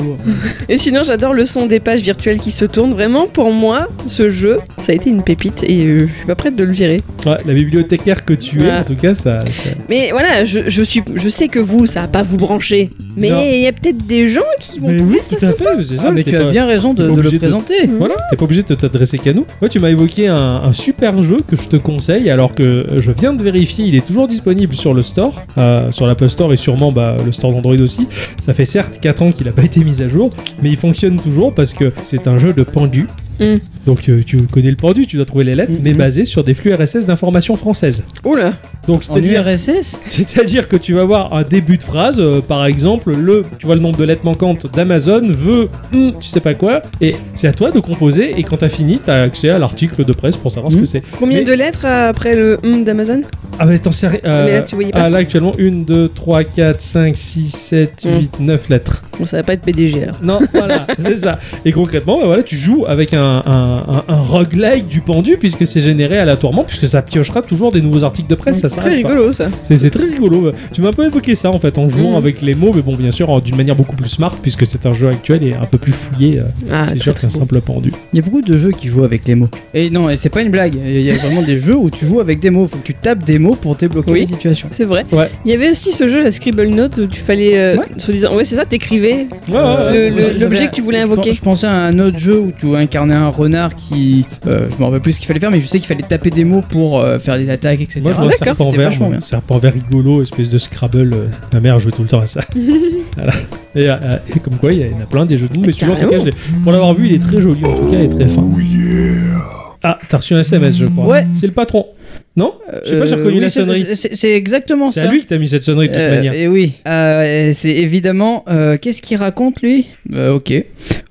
C: Et sinon, j'adore le son des pages virtuelles qui se tournent. Vraiment, pour moi, ce jeu, ça a été une pépite et euh, je suis pas prête de le virer.
B: Ouais, la bibliothécaire que tu es,
C: Ouais.
B: en tout cas, ça. ça-
C: Mais voilà, je, je suis, je sais que vous, ça va pas vous brancher. Mais
B: Non.
C: il y a peut-être des gens qui vont
B: Mais
C: trouver
B: oui,
C: ça
B: tout à fait, c'est ça.
D: Ah, mais
B: t'es
D: tu as
B: pas-
D: bien raison de, de
B: obligé
D: le
B: de-
D: présenter.
B: Voilà, t'es pas obligé de t'adresser qu'à nous. Moi, tu m'as évoqué un, un super jeu que je te conseille, alors que euh, je viens de vérifier, il est toujours disponible sur le store, euh, sur l'Apple Store et sûrement bah, le store d'Android aussi. Ça fait certes 4 ans qu'il n'a pas été mis à jour, mais il fonctionne toujours parce que c'est un jeu de pendu.
C: Mm.
B: Donc euh, tu connais le pendu, tu dois trouver les lettres,
D: Mm,
B: mais
D: mm.
B: basé sur des flux RSS d'informations françaises.
C: Oula,
B: Donc
D: En
B: c'est-à-dire
D: URSS
B: c'est-à-dire que tu vas voir un début de phrase, euh, par exemple, le, tu vois le nombre de lettres manquantes d'Amazon veut, hmm, tu sais pas quoi, et c'est à toi de composer, et quand t'as fini, t'as accès à l'article de presse pour savoir ce
D: Mm.
C: Hmm.
B: que c'est.
C: combien
B: Mais-
C: de lettres après le hum d'Amazon
B: Ah bah t'en sais rien. euh,
C: Mais là, tu voyais pas.
B: ah, là, actuellement, 1, 2, 3, 4, 5, 6, 7,
C: Mm.
B: 8, 9 lettres.
C: Bon, ça va pas être PDG alors.
B: Non, voilà, c'est ça. Et concrètement, bah voilà, tu joues avec un, un, un, un roguelike du pendu, puisque c'est généré aléatoirement, puisque ça piochera toujours des nouveaux articles de presse, ça
C: Très
B: s'arrête pas.
C: rigolo ça.
B: C'est c'est très rigolo. Tu m'as un peu évoqué ça en fait en jouant
D: Mm.
C: Mhm.
B: avec les mots, mais bon, bien sûr, en- d'une manière beaucoup plus smart puisque c'est un jeu actuel et un peu plus fouillé, euh,
C: Ah,
B: c'est
C: très,
B: sûr
C: très
B: qu'un
C: beau.
B: simple pendu.
D: Il y a beaucoup de jeux qui jouent avec les mots. Et non, et c'est pas une blague. Il y a vraiment des jeux où tu joues avec des mots. Faut que tu tapes des mots pour débloquer
C: Oui.
D: les situations.
C: C'est vrai.
B: Ouais.
C: Il y avait aussi ce jeu, la Scribble Note, où tu fallait, euh,
D: Ouais.
C: soi-disant, ouais, c'est ça, t'écrivais.
B: Ouais,
D: Euh,
B: ouais, ouais.
C: le-
D: je-
C: l'objet
D: j'avais-
C: que tu voulais
D: je
C: invoquer.
D: pen- Je, pensais à un autre jeu où tu incarnais un renard qui. euh, je me rappelle plus ce qu'il fallait faire, mais je sais qu'il fallait taper des mots pour euh, faire des attaques, etc.
B: Moi, je vois un
D: D'accord,
B: serpent
D: c'était
B: vert,
D: vachement
B: moi.
D: bien.
B: serpent vert rigolo, espèce de Scrabble. euh, ma mère jouait tout le temps à ça. voilà. et, euh, et comme quoi, il y en a plein des jeux de mots, mais celui-là, en tout cas, je l'ai- pour l'avoir vu, il est très joli, en tout cas, il est très fin. Ah, t'as- T'as reçu un SMS, je crois.
D: Ouais.
B: C'est le patron. Non Je sais pas, j'ai
D: Euh,
B: reconnu
D: oui,
B: la
D: c'est-
B: sonnerie.
D: C'est c'est exactement
B: C'est
D: ça.
B: à lui que t'as mis cette sonnerie de toute
D: Euh,
B: manière.
D: Et oui, Euh, et c'est évidemment. euh, Qu'est-ce qu'il raconte lui Euh, Ok,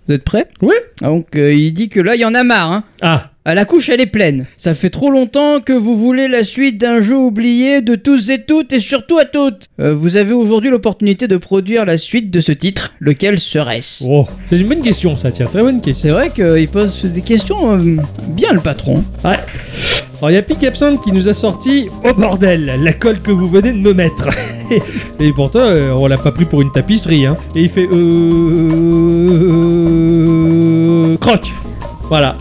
D: vous êtes prêts
B: Ouais.
D: Ah, Donc euh, il dit que là, il y en a marre. Hein.
B: Ah,
D: Ah, La couche, elle est pleine. Ça fait trop longtemps que vous voulez la suite d'un jeu oublié de tous et toutes et surtout à toutes. Euh, vous avez aujourd'hui l'opportunité de produire la suite de ce titre. Lequel serait-ce
B: oh. c'est une bonne question, ça, tiens, très bonne question.
D: C'est vrai qu'il pose des questions euh, bien le patron.
B: Alors, il y a Pic Absinthe qui nous a sorti Oh bordel, la colle que vous venez de me mettre. et pourtant, euh, on l'a pas pris pour une tapisserie. Hein. Et il fait euh... Croc Voilà.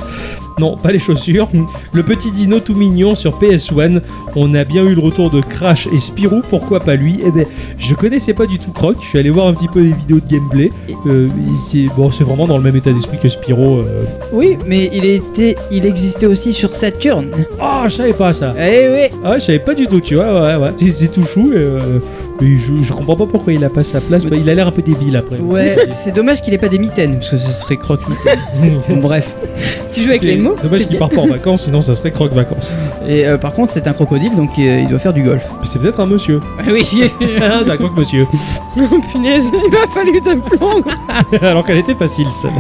B: Non, pas les chaussures. Le petit dino tout mignon sur PS1. On a bien eu le retour de Crash et Spirou, pourquoi pas lui Eh ben, je connaissais pas du tout Croc. Je suis allé voir un petit peu les vidéos de gameplay. Euh, c'est- bon, c'est vraiment dans le même état d'esprit que Spirou. euh.
D: Oui, mais il, était, il existait aussi sur Saturne.
B: Ah, je savais pas ça.
D: Eh oui,
B: Ah ouais, je savais pas du tout, tu vois, ouais, ouais. C'est- C'est tout chou, et, euh, mais je, je comprends pas pourquoi il a pas sa place. Bah, il a l'air un peu débile après.
D: Ouais, c'est dommage qu'il ait pas des mitaines, parce que ce serait croque Bon, bref.
C: Tu joues avec
B: C'est
C: les mots
B: Dommage qu'il part pas en vacances, sinon ça serait croque vacances.
D: Et euh, par contre, c'est un crocodile, donc euh, il doit faire du golf.
B: C'est peut-être un monsieur.
D: oui,
B: Ah, c'est un croque monsieur.
C: Oh punaise, il m'a fallu d'un plomb.
B: Alors qu'elle était facile celle.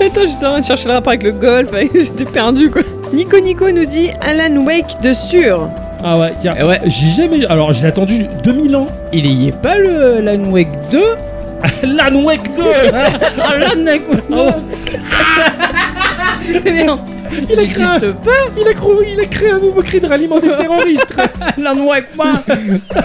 C: Attends, j'étais en train de chercher le rapport avec le golf, j'étais perdu quoi. Nico Nico nous dit Alan Wake de sûr.
B: Ah ouais, tiens.
D: Eh ouais.
B: J'ai jamais. Alors j'ai attendu 2000 ans.
D: il y est pas le Alan Wake 2
B: Alan Wake 2
D: Alan Wake 2 Non, il n'existe pas
B: il a, créé, il a créé un nouveau cri de ralliement des terroristes
D: Alan Wake 1
B: Ah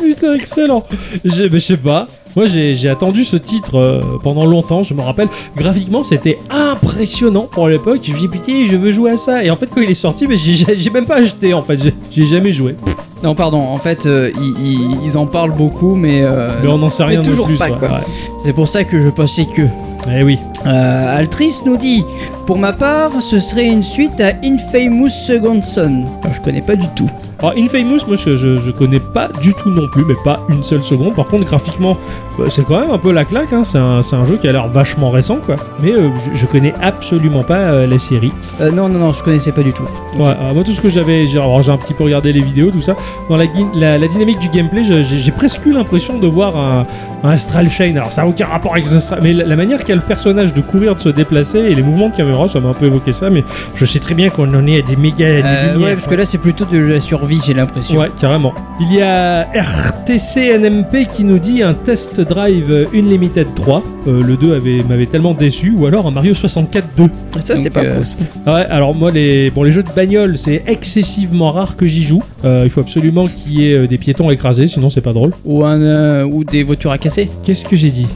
B: putain, excellent Je bah, je sais pas. Moi, j'ai j'ai attendu ce titre euh, pendant longtemps, je me rappelle. Graphiquement, c'était impressionnant pour l'époque. Je me dis, putain, je veux jouer à ça. Et en fait, quand il est sorti, mais j'ai- j'ai j'ai même pas acheté, en fait. J'ai- J'ai jamais joué.
D: Non, pardon, en fait, euh, ils, ils- ils en parlent beaucoup, mais, euh,
B: Mais on n'en sait rien de
D: toujours
B: plus.
D: pas,
B: ouais,
D: quoi. c'est pour ça que je pensais que.
B: ouais. Eh oui.
D: Euh, Altrice nous dit Pour ma part, ce serait une suite à Infamous Second Son. Alors, je connais pas du tout.
B: Alors, Infamous, moi, je, je, je connais pas du tout non plus, mais pas une seule seconde. Par contre, graphiquement, bah, c'est quand même un peu la claque. hein. C'est un, c'est un jeu qui a l'air vachement récent, quoi. Mais euh, je, je connais absolument pas euh, la série.
D: Euh, non, non, non, je connaissais pas du tout.
B: Ouais, euh, moi tout ce que j'avais, j'ai alors, j'ai un petit peu regardé les vidéos, tout ça. Dans la, gui- la, la dynamique du gameplay, je- j'ai j'ai presque eu l'impression de voir un, un Astral Chain. Alors ça n'a aucun rapport avec Astral, mais la, la manière qu'a le personnage de courir, de se déplacer et les mouvements de caméra, ça m'a un peu évoqué ça. Mais je sais très bien qu'on en est à des méga. des
D: Euh,
B: lumières,
D: ouais, parce que là, c'est plutôt de la survie, j'ai l'impression.
B: Ouais, carrément. Il y a RTC NMP qui nous dit un Test Drive Unlimited 3. Euh, le 2 avait- m'avait tellement déçu. Ou alors un Mario 64 2.
C: Ça,
D: Donc,
C: c'est pas
D: euh,
C: faux.
B: Ah Ouais, alors moi, les, bon, les jeux de bagnole, c'est excessivement rare que j'y joue. Euh, il faut absolument qu'il y ait euh, des piétons écrasés, sinon c'est pas drôle.
D: Ou, un, euh, ou des voitures à casser.
B: Qu'est-ce que j'ai dit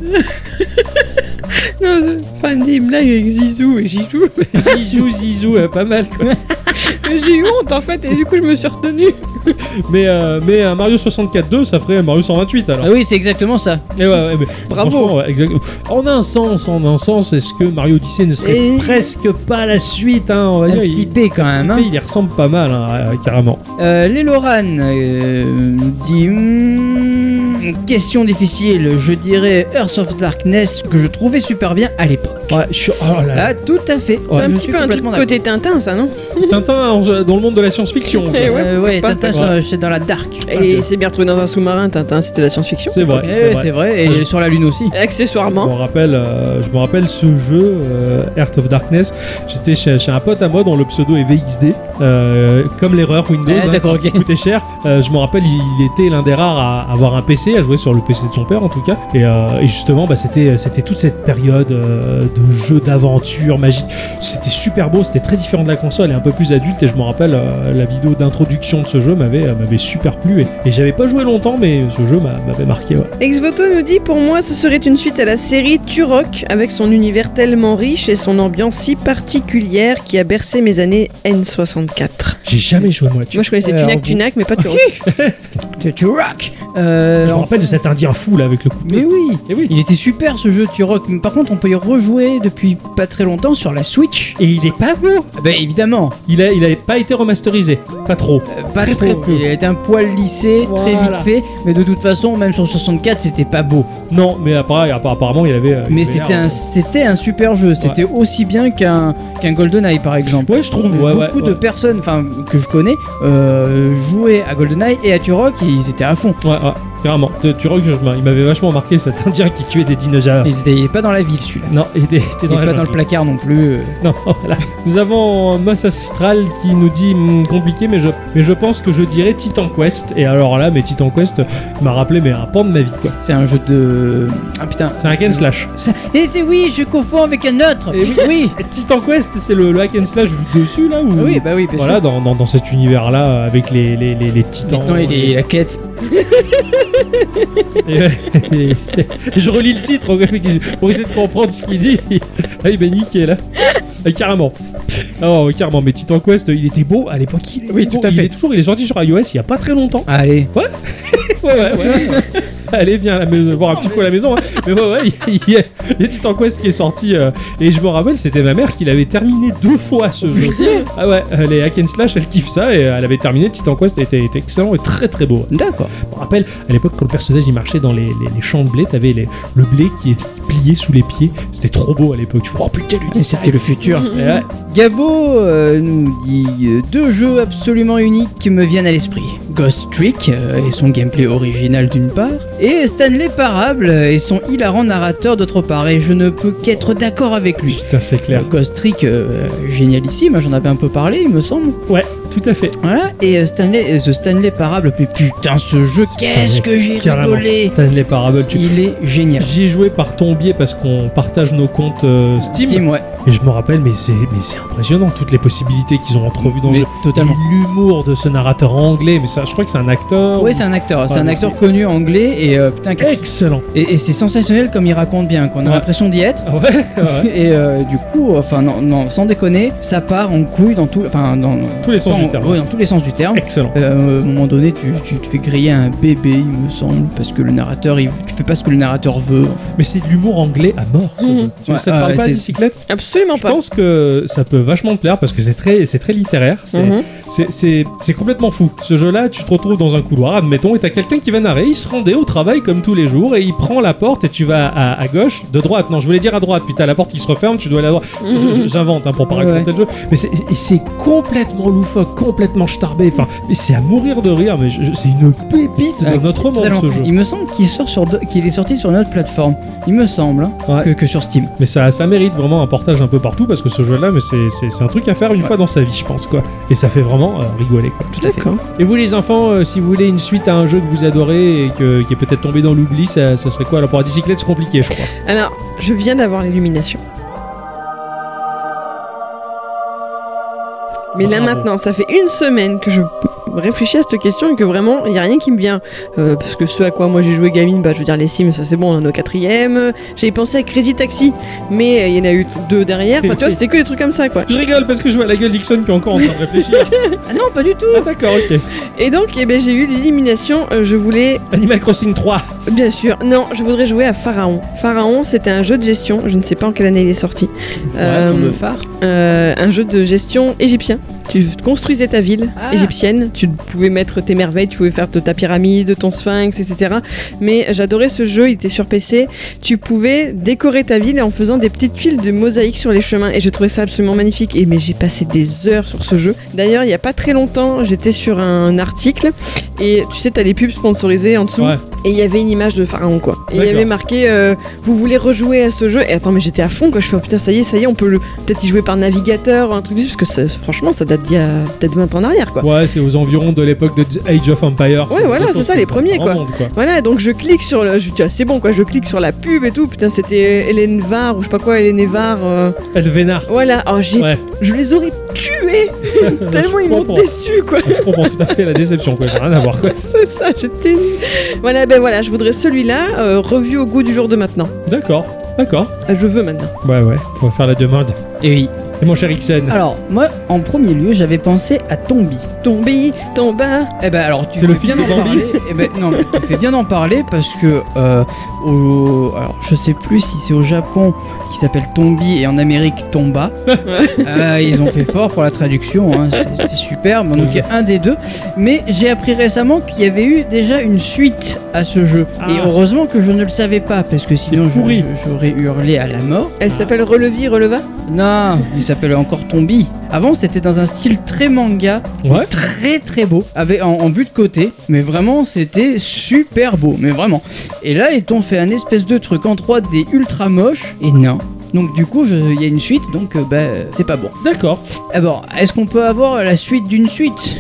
C: Non, je... fan des blagues avec Zizou et j'y joue.
B: Zizou, zizou, euh, pas mal quoi.
C: J'ai eu honte en fait et du coup je me suis retenue.
B: Mais, euh, mais un Mario 64-2, ça ferait un Mario 128 alors.
D: Ah oui, c'est exactement ça.
B: Et ouais, ouais, mais
D: Bravo.
B: franchement, ouais, exact- En un sens, en un sens, est-ce que Mario Odyssey ne serait
D: Et-
B: presque pas la suite hein, on va
D: Un
B: dire,
D: petit
B: il...
D: P quand même. Hein.
B: il y ressemble pas mal, hein, euh, carrément.
D: Euh, les Loran euh, dit Hmm, Question difficile, je dirais Earth of Darkness que je trouvais super bien à l'époque.
B: Ouais, je suis. Oh là là.
D: Ah, tout à fait.
B: Ouais,
D: Je
C: c'est un petit
D: suis
C: peu un truc
D: complètement
C: côté Tintin, ça, non
B: Tintin en- dans le monde de la science-fiction. quoi.
C: Eh
D: d'accord. Euh, ouais,
C: pourquoi
D: Tintin,
B: pas.
D: c'est- c'est dans la dark.
C: Et c'est bien retrouvé dans un sous-marin, Tintin, c'était de la science-fiction.
B: C'est vrai.
D: Eh,
B: c'est vrai.
D: c'est vrai, et
B: Ah, je-
D: sur la lune aussi. Hein?
B: Je
C: Accessoirement.
B: me rappelle, euh, je me rappelle ce jeu, euh, Heart of Darkness. J'étais chez, chez un pote à moi dont le pseudo est VXD, euh, comme l'erreur Windows.
D: Ah,
B: hein,
D: d'accord, ok.
B: qui coûtait cher. Euh, je me rappelle, il, il était l'un des rares à avoir un PC, à jouer sur le PC de son père en tout cas. Et, euh, et justement, bah, c'était, c'était toute cette période euh, de jeux d'aventure magique. C'était super beau, c'était très différent de la console et un peu plus adulte. Et je me rappelle, euh, la vidéo d'introduction de ce jeu m'avait, euh, m'avait super plu. Et, et j'avais pas joué longtemps, mais ce jeu m'a- m'avait marqué. ouais.
C: Exvoto nous dit Pour moi, ce serait une suite à la série Turok, avec son univers tellement riche et son ambiance si particulière qui a bercé mes années N64.
B: J'ai jamais joué moi. tu
C: Moi, je connaissais
B: Ouais,
C: Tunac
B: alors,
C: Tunac, mais pas Turok.
D: tu, tu rock Euh,
B: Je me rappelle de cet indien fou là avec le couteau.
D: Mais oui
B: Et oui.
D: Il était super ce jeu, tu rock. Mais par contre, on peut y rejouer depuis pas très longtemps sur la Switch.
B: Et il est pas beau.
D: Ah Bah évidemment,
B: Il a, il a pas été remasterisé. Pas trop.
D: euh, pas
B: Très,
D: trop.
B: très peu.
D: Il a été un poil lissé, très
B: Voilà.
D: vite fait. Mais de toute façon, même sur 64, c'était pas beau.
B: Non, mais appara- appa- apparemment il avait. euh, il
D: Mais
B: avait
D: c'était
B: l'air,
D: un, c'était un super jeu. C'était aussi bien qu'un qu'un GoldenEye par exemple.
B: euh, Ouais, je trouve. Ouais, ouais,
D: Beaucoup
B: ouais.
D: de personnes, enfin que je connais, euh, jouaient à GoldenEye et à Turok et ils étaient à fond.
B: Ouais, ouais, carrément. Tu, tu vois que je m'en- il m'avait vachement marqué cet indien qui tuait des dinosaures.
D: Ils étaient il est pas dans la ville celui-là.
B: Non, il était il était
D: Il est
B: dans
D: pas
B: la
D: dans le
B: jungle.
D: placard non plus. euh.
B: Non, voilà. Nous avons euh, Moss Astral qui nous dit hmm, compliqué, mais je, mais je pense que je dirais Titan Quest. Et alors là, mais Titan Quest m'a rappelé mais un pan de ma vie, quoi.
D: C'est un jeu de. Ah putain.
B: C'est un hack and slash.
D: Ça- Et c'est oui, je confonds avec un autre.
B: Eh oui.
D: oui.
B: Et Titan Quest, c'est le, le hack and slash vu dessus, là où,
D: Ah Oui, bah oui, bien
B: Voilà,
D: sûr.
B: dans, dans, dans cet univers-là, avec les, les, les, les titans.
D: Maintenant, il est la quête.
B: Et ouais, et c'est- je relis le titre pour essayer de comprendre ce qu'il dit. Ah, il m'a niqué là. Ah, carrément. Ah ouais, carrément, mais Titan Quest, il était beau à l'époque. il était
D: Oui,
B: beau.
D: tout à
B: Il
D: fait.
B: est toujours, il est sorti sur iOS il y a pas très longtemps.
D: Allez.
B: Ouais, ouais, ouais. Allez, viens à la maison, voir un petit coup à la maison. hein. Mais ouais, ouais, il y, a- il y a Titan Quest qui est sorti. euh, et je me rappelle, c'était ma mère qui l'avait terminé deux fois ce jeu. Ah ouais, euh, les hack and slash, elle kiffe ça. Et euh, elle avait terminé. Titan Quest était, était excellent et très très beau.
D: D'accord.
B: Je me rappelle, à l'époque, quand le personnage il marchait dans les, les- les champs de blé, t'avais les- le blé qui, est, qui pliait sous les pieds. C'était trop beau à l'époque. Tu vois, oh putain, lui,
D: C'était le futur.
B: Et ouais,
D: Gabo euh, nous dit euh, deux jeux absolument uniques qui me viennent à l'esprit. Ghost Trick euh, et son gameplay original d'une part, et Stanley Parable euh, et son hilarant narrateur d'autre part, et je ne peux qu'être d'accord avec lui.
B: putain, c'est clair.
D: Ghost Trick, euh, génialissime, j'en avais un peu parlé il me semble.
B: Ouais, tout à fait.
D: Voilà, et euh, Stanley, euh, The Stanley Parable, mais putain ce jeu, qu'est-ce que j'ai
B: Carrément,
D: rigolé
B: Stanley Parable. Tu...
D: Il est génial.
B: J'y ai joué par ton biais parce qu'on partage nos comptes euh, Steam.
D: Tim, ouais.
B: Et je me rappelle, mais c'est mais c'est impressionnant toutes les possibilités qu'ils ont entrevues dans
D: Mais
B: ce jeu.
D: totalement.
B: Et L'humour de ce narrateur anglais, mais ça, je crois que c'est un acteur.
D: Ouais, c'est un acteur, c'est un
B: Ah, mais
D: acteur
B: c'est- Eh,
D: connu anglais et euh, putain, qu'est-ce qu'il-
B: excellent.
D: et, et c'est sensationnel comme il raconte bien, qu'on a
B: Ouais.
D: l'impression d'y être.
B: Ah Ouais, ouais.
D: Et euh, du coup, enfin non, non, sans déconner, ça part en couille dans tout, enfin dans
B: tous les sens
D: pas
B: du
D: en-
B: terme.
D: ouais, dans tous les sens du terme.
B: Excellent.
D: Euh, à un moment donné, tu, tu te fais griller un bébé, il me semble, parce que le narrateur, il, tu fais pas ce que le narrateur veut.
B: Mais c'est de l'humour anglais à mort. ce jeu. Tu-
D: Mmh. Ouais,
B: ça te parle
D: ouais,
B: pas,
D: c'est-
B: bicyclette
C: Absolument
B: Je
C: pas.
B: pense que ça peut vachement te plaire parce que c'est très, c'est très littéraire. C'est,
C: Mhm.
B: c'est- c'est- c'est complètement fou. Ce jeu-là, tu te retrouves dans un couloir, admettons, et t'as quelqu'un qui va narrer. Il se rendait au travail comme tous les jours et il prend la porte et tu vas à, à gauche, de droite. Non, je voulais dire à droite. Puis t'as la porte qui se referme, tu dois aller à droite. Je- je- J'invente hein, pour pas
D: Mhm. Ouais.
B: raconter le jeu. Mais c'est, et c'est complètement loufoque, complètement starbé. Enfin, mais c'est à mourir de rire. Mais je- je- c'est une pépite de
D: Ouais,
B: notre monde
D: Totalement.
B: Oh, ce jeu.
D: Il me semble qu'il sort sur deux- qu'il est sorti sur notre plateforme. Il me semble hein,
B: Ouais.
D: que, que sur Steam.
B: Mais ça, ça mérite vraiment un portage un peu partout parce que ce jeu-là, mais c'est, c'est- c'est un truc à faire une fois dans sa vie, je pense quoi. Et ça fait vraiment euh, rigoler quoi.
D: Tout à fait.
B: Et vous les enfants, euh, si vous voulez une suite à un jeu que vous adorez et que- qui est peut-être tombé dans l'oubli, ça, ça serait quoi Alors pour la bicyclette, c'est compliqué, je crois.
C: Alors, je viens d'avoir l'illumination. Mais là
B: Bravo.
C: maintenant, ça fait une semaine que je réfléchis à cette question et que vraiment, il n'y a rien qui me vient. Euh, parce que ce à quoi moi j'ai joué gamine, bah, je veux dire les Sims, ça c'est bon, on en est au quatrième. J'ai pensé à Crazy Taxi, mais euh, il y en a eu deux derrière. Enfin, tu vois, c'était que des trucs comme ça, quoi.
B: Je rigole parce que je vois la gueule Dixon qui est encore en train de réfléchir.
D: Ah non, pas du tout.
B: ah d'accord, ok.
C: Et donc, eh ben, j'ai eu l'illumination. euh, je voulais
B: Animal Crossing 3.
C: Bien sûr, non, je voudrais jouer à Pharaon. Pharaon, c'était un jeu de gestion, je ne sais pas en quelle année il est sorti. Euh,
D: le phare.
C: euh, un jeu de gestion égyptien. Tu construisais ta ville
D: Ah.
C: égyptienne, tu pouvais mettre tes merveilles, tu pouvais faire de ta pyramide, ton sphinx, etc. Mais j'adorais ce jeu, il était sur PC. Tu pouvais décorer ta ville en faisant des petites tuiles de mosaïque sur les chemins et je trouvais ça absolument magnifique. Et mais j'ai passé des heures sur ce jeu. D'ailleurs, il n'y a pas très longtemps, j'étais sur un article et tu sais, t'as les pubs sponsorisées en dessous.
B: Ouais.
C: Et il y avait une image de Pharaon, quoi. Et il y
B: D'accord.
C: avait marqué euh, Vous voulez rejouer à ce jeu Et attends, mais j'étais à fond, quoi. Je fais oh, Putain, ça y est, ça y est, on peut le... peut-être y jouer par navigateur, un truc du style, parce que ça- franchement, ça date d'il y a peut-être 20 ans en arrière, quoi.
B: Ouais, c'est aux environs de l'époque de Age of Empire.
C: Ouais, voilà, c'est ça, les premiers, quoi. Voilà, donc je clique sur le. Je dis, ah, c'est bon, quoi. Je clique sur la pub et tout. Putain, c'était Hélène Var, ou je sais pas quoi, Hélène Var. euh,
B: Elvenar.
C: Voilà, alors j'ai.
B: Ouais.
C: Je les aurais tués tellement
B: Je
C: ils m'ont
B: comprends.
C: déçu, quoi.
B: Je comprends tout à fait la déception, quoi. J'ai rien à voir, quoi.
C: C'est ça, j'étais. Voilà, ben voilà, je voudrais celui-là, euh, revu au goût du jour de maintenant.
B: D'accord, d'accord.
C: Ah, Je veux maintenant.
B: Ouais, ouais, on va faire la demande.
D: Et oui.
B: Et mon cher Ixen,
D: Alors, moi, en premier lieu, j'avais pensé à Tombi.
C: Ton billet, ton bas.
D: Eh ben alors, tu
B: C'est
D: fais
B: le fils
D: bien
B: de
D: en
B: Bambi.
D: parler. Eh ben non, mais tu fais bien d'en parler parce que euh, au, alors je sais plus si c'est au Japon qui s'appelle Tombi et en Amérique Tomba. Euh, ils ont fait fort pour la traduction, hein, c'est- c'était super. Bon, donc il y a un des deux. Mais j'ai appris récemment qu'il y avait eu déjà une suite à ce jeu
B: Ah.
D: et heureusement que je ne le savais pas parce que sinon je-
B: pourri.
D: je- j'aurais hurlé à la mort.
C: Elle s'appelle Relevi, Releva.
D: Non, il s'appelle encore Tombi. Avant, c'était dans un style très manga,
B: Ouais.
D: très très beau, avec en, en vue de côté. Mais vraiment, c'était super beau, mais vraiment. Et là, ils t'ont fait un espèce de truc en 3D ultra moche. Et non. Donc du coup, je- il y a une suite, donc euh, bah euh, c'est pas bon.
B: d'accord.
D: Alors, est-ce qu'on peut avoir la suite d'une suite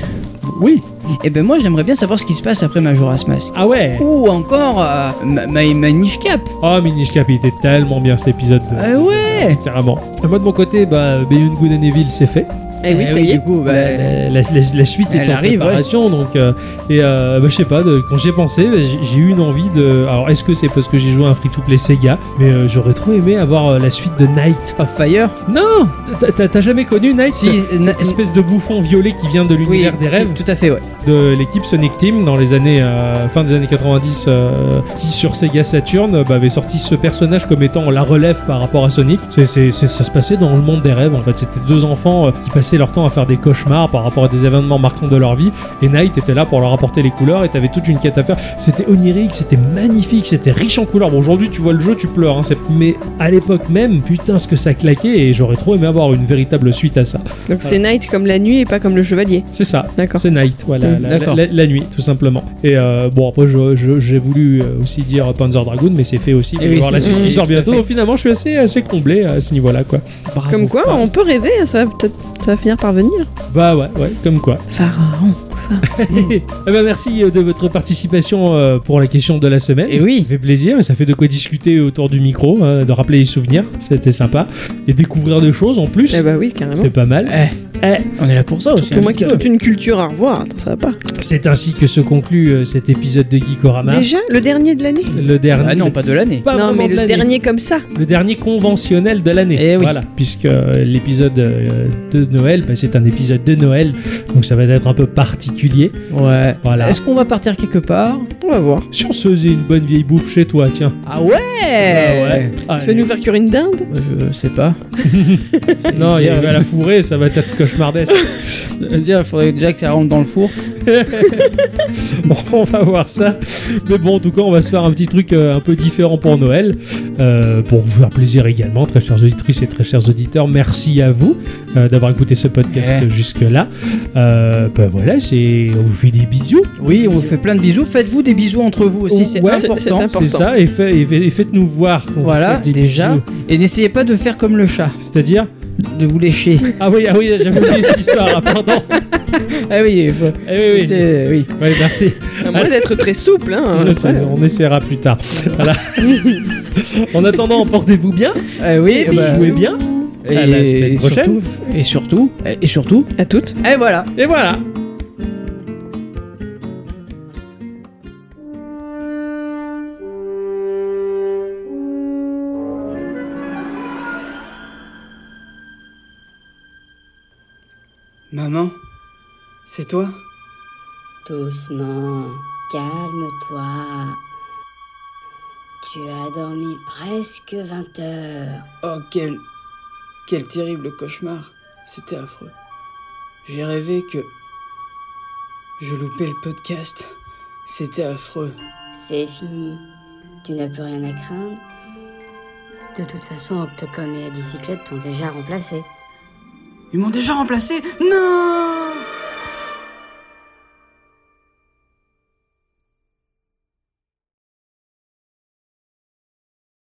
B: Oui.
D: Eh ben moi, j'aimerais bien savoir ce qui se passe après Majora's Mask.
B: Ah ouais.
D: Ou encore euh, Ma- Ma- Ma- Manish Cap.
B: Oh, Minish Cap, il était tellement bien cet épisode. de-
D: Ah ouais.
B: Carrément. Moi de mon côté, bah, Beyond Good and Evil, c'est fait.
C: Eh oui,
D: Eh
C: ça y
D: du
C: est.
D: coup, bah,
B: la, la- la- la suite
D: Elle
B: est en
D: arrive,
B: préparation, donc euh, et euh, bah, je sais pas. de- quand j'y ai pensé, bah, j'ai j'ai eu une envie de. Alors est-ce que c'est parce que j'ai joué à un free-to-play Sega, mais euh, j'aurais trop aimé avoir euh, la suite de Night.
D: of Fire.
B: Non, t'as- t'as- t'as jamais connu Night
D: Si,
B: ce- cette
D: Na-
B: espèce de bouffon violet qui vient de
D: Oui,
B: l'univers des
D: si,
B: rêves
D: tout à fait, ouais.
B: de l'équipe Sonic Team dans les années euh, fin des années 90 euh, qui sur Sega Saturn euh, bah, avait sorti ce personnage comme étant la relève par rapport à Sonic c'est, c'est- c'est- ça se passait dans le monde des rêves en fait c'était deux enfants euh, qui passaient leur temps à faire des cauchemars par rapport à des événements marquants de leur vie et Knight était là pour leur apporter les couleurs et t'avais toute une quête à faire c'était onirique c'était magnifique c'était riche en couleurs bon aujourd'hui tu vois le jeu tu pleures hein, c'est- mais à l'époque même putain ce que ça claquait et j'aurais trop aimé avoir une véritable suite à ça
C: Donc c'est Night comme la nuit et pas comme le chevalier.
B: c'est ça.
C: D'accord.
B: C'est Night, voilà,
D: Mm,
B: la,
D: d'accord.
B: la- la nuit, tout simplement. Et euh, bon, après, je- je- j'ai voulu euh, aussi dire Panzer Dragoon, mais Eh c'est fait aussi. Il va y
D: oui,
B: avoir la
D: c'est-
B: suite
D: oui,
B: qui sort
D: tout à
B: bientôt.
D: fait.
B: Donc finalement, je suis assez, assez comblé à ce niveau-là, quoi.
D: Bravo.
C: Comme quoi,
B: pardon.
C: on peut rêver, hein, ça va peut-être- ça va finir par venir.
B: Bah ouais, ouais, comme quoi.
C: Pharaon.
B: Eh ben, merci euh, de votre participation euh, pour la question de la semaine.
D: Et Eh oui.
B: Ça fait plaisir et ça fait de quoi discuter autour du micro, hein, de rappeler les souvenirs, c'était sympa. Et découvrir des choses en plus,
C: Eh bah oui, carrément.
B: c'est pas mal.
D: ben, Eh, on est là pour ça aussi.
C: Pour
D: hein,
C: moi qui ai
D: plutôt.
C: toute une culture à revoir, attends, ça va pas.
B: C'est ainsi que se conclut euh, cet épisode de Geekorama.
C: Déjà, le dernier de l'année
B: Le dernier.
D: Ah non, pas de l'année.
B: pas
C: Non,
B: vraiment
C: mais
B: de
C: le
B: l'année.
C: dernier comme ça.
B: le dernier conventionnel de l'année.
D: Eh oui.
B: Voilà, puisque euh, l'épisode euh, de Noël, bah, c'est un épisode de Noël, donc ça va être un peu particulier.
D: Ouais.
B: Voilà.
D: Est-ce qu'on va partir quelque part
C: On va voir.
B: Si on se faisait une bonne vieille bouffe chez toi, tiens.
D: Ah ouais,
C: Eh,
B: Ah,
C: Tu vas nous faire cuire une dinde
D: Bah, Je sais pas.
B: Non, il y
D: Dire-
B: a la fourrée, ça va être cauchemardesque.
D: Dire, il faudrait déjà que ça rentre dans le four.
B: Bon, on va voir ça. Mais bon, en tout cas, on va se faire un petit truc euh, un peu différent pour Noël. Euh, pour vous faire plaisir également, très chères auditrices et très chers auditeurs, merci à vous euh, d'avoir écouté ce podcast
C: Eh.
D: Ouais.
B: jusque-là. Euh, ben voilà, c'est on vous fait des bisous.
D: Oui, on vous fait plein de bisous. Faites-vous des bisous entre vous aussi, c'est
B: Ouais,
D: important.
C: c'est- c'est important.
B: C'est ça, et, fait- et fait- et faites-nous voir. quand vous
D: Voilà,
B: faites des
D: déjà.
B: bisous.
D: Et n'essayez pas de faire comme le chat,
B: C'est-à-dire
D: de vous lécher.
B: Ah oui, ah oui, j'avais oublié cette histoire, ah, pardon.
D: ah oui, faut-
B: Eh oui, oui.
D: c'est- oui.
B: Ouais, merci.
C: À moins d'être très souple, hein.
B: on,
C: après.
B: essa- on essaiera plus tard. Voilà. en attendant, portez-vous bien,
D: Ah oui,
C: Et
D: eh bah,
B: jouez bien.
D: et,
B: à la semaine
D: et
B: prochaine.
D: surtout, et surtout, et surtout,
C: À toutes.
D: et voilà.
B: Et voilà.
D: Maman, c'est toi
H: Doucement, calme-toi. Tu as dormi presque 20 heures.
I: Oh, quel. quel terrible cauchemar. C'était affreux. J'ai rêvé que. Je loupais le podcast. C'était affreux.
H: C'est fini. Tu n'as plus rien à craindre. De toute façon, Octocom et Adicyclette t'ont déjà remplacé.
I: Ils m'ont déjà remplacé Non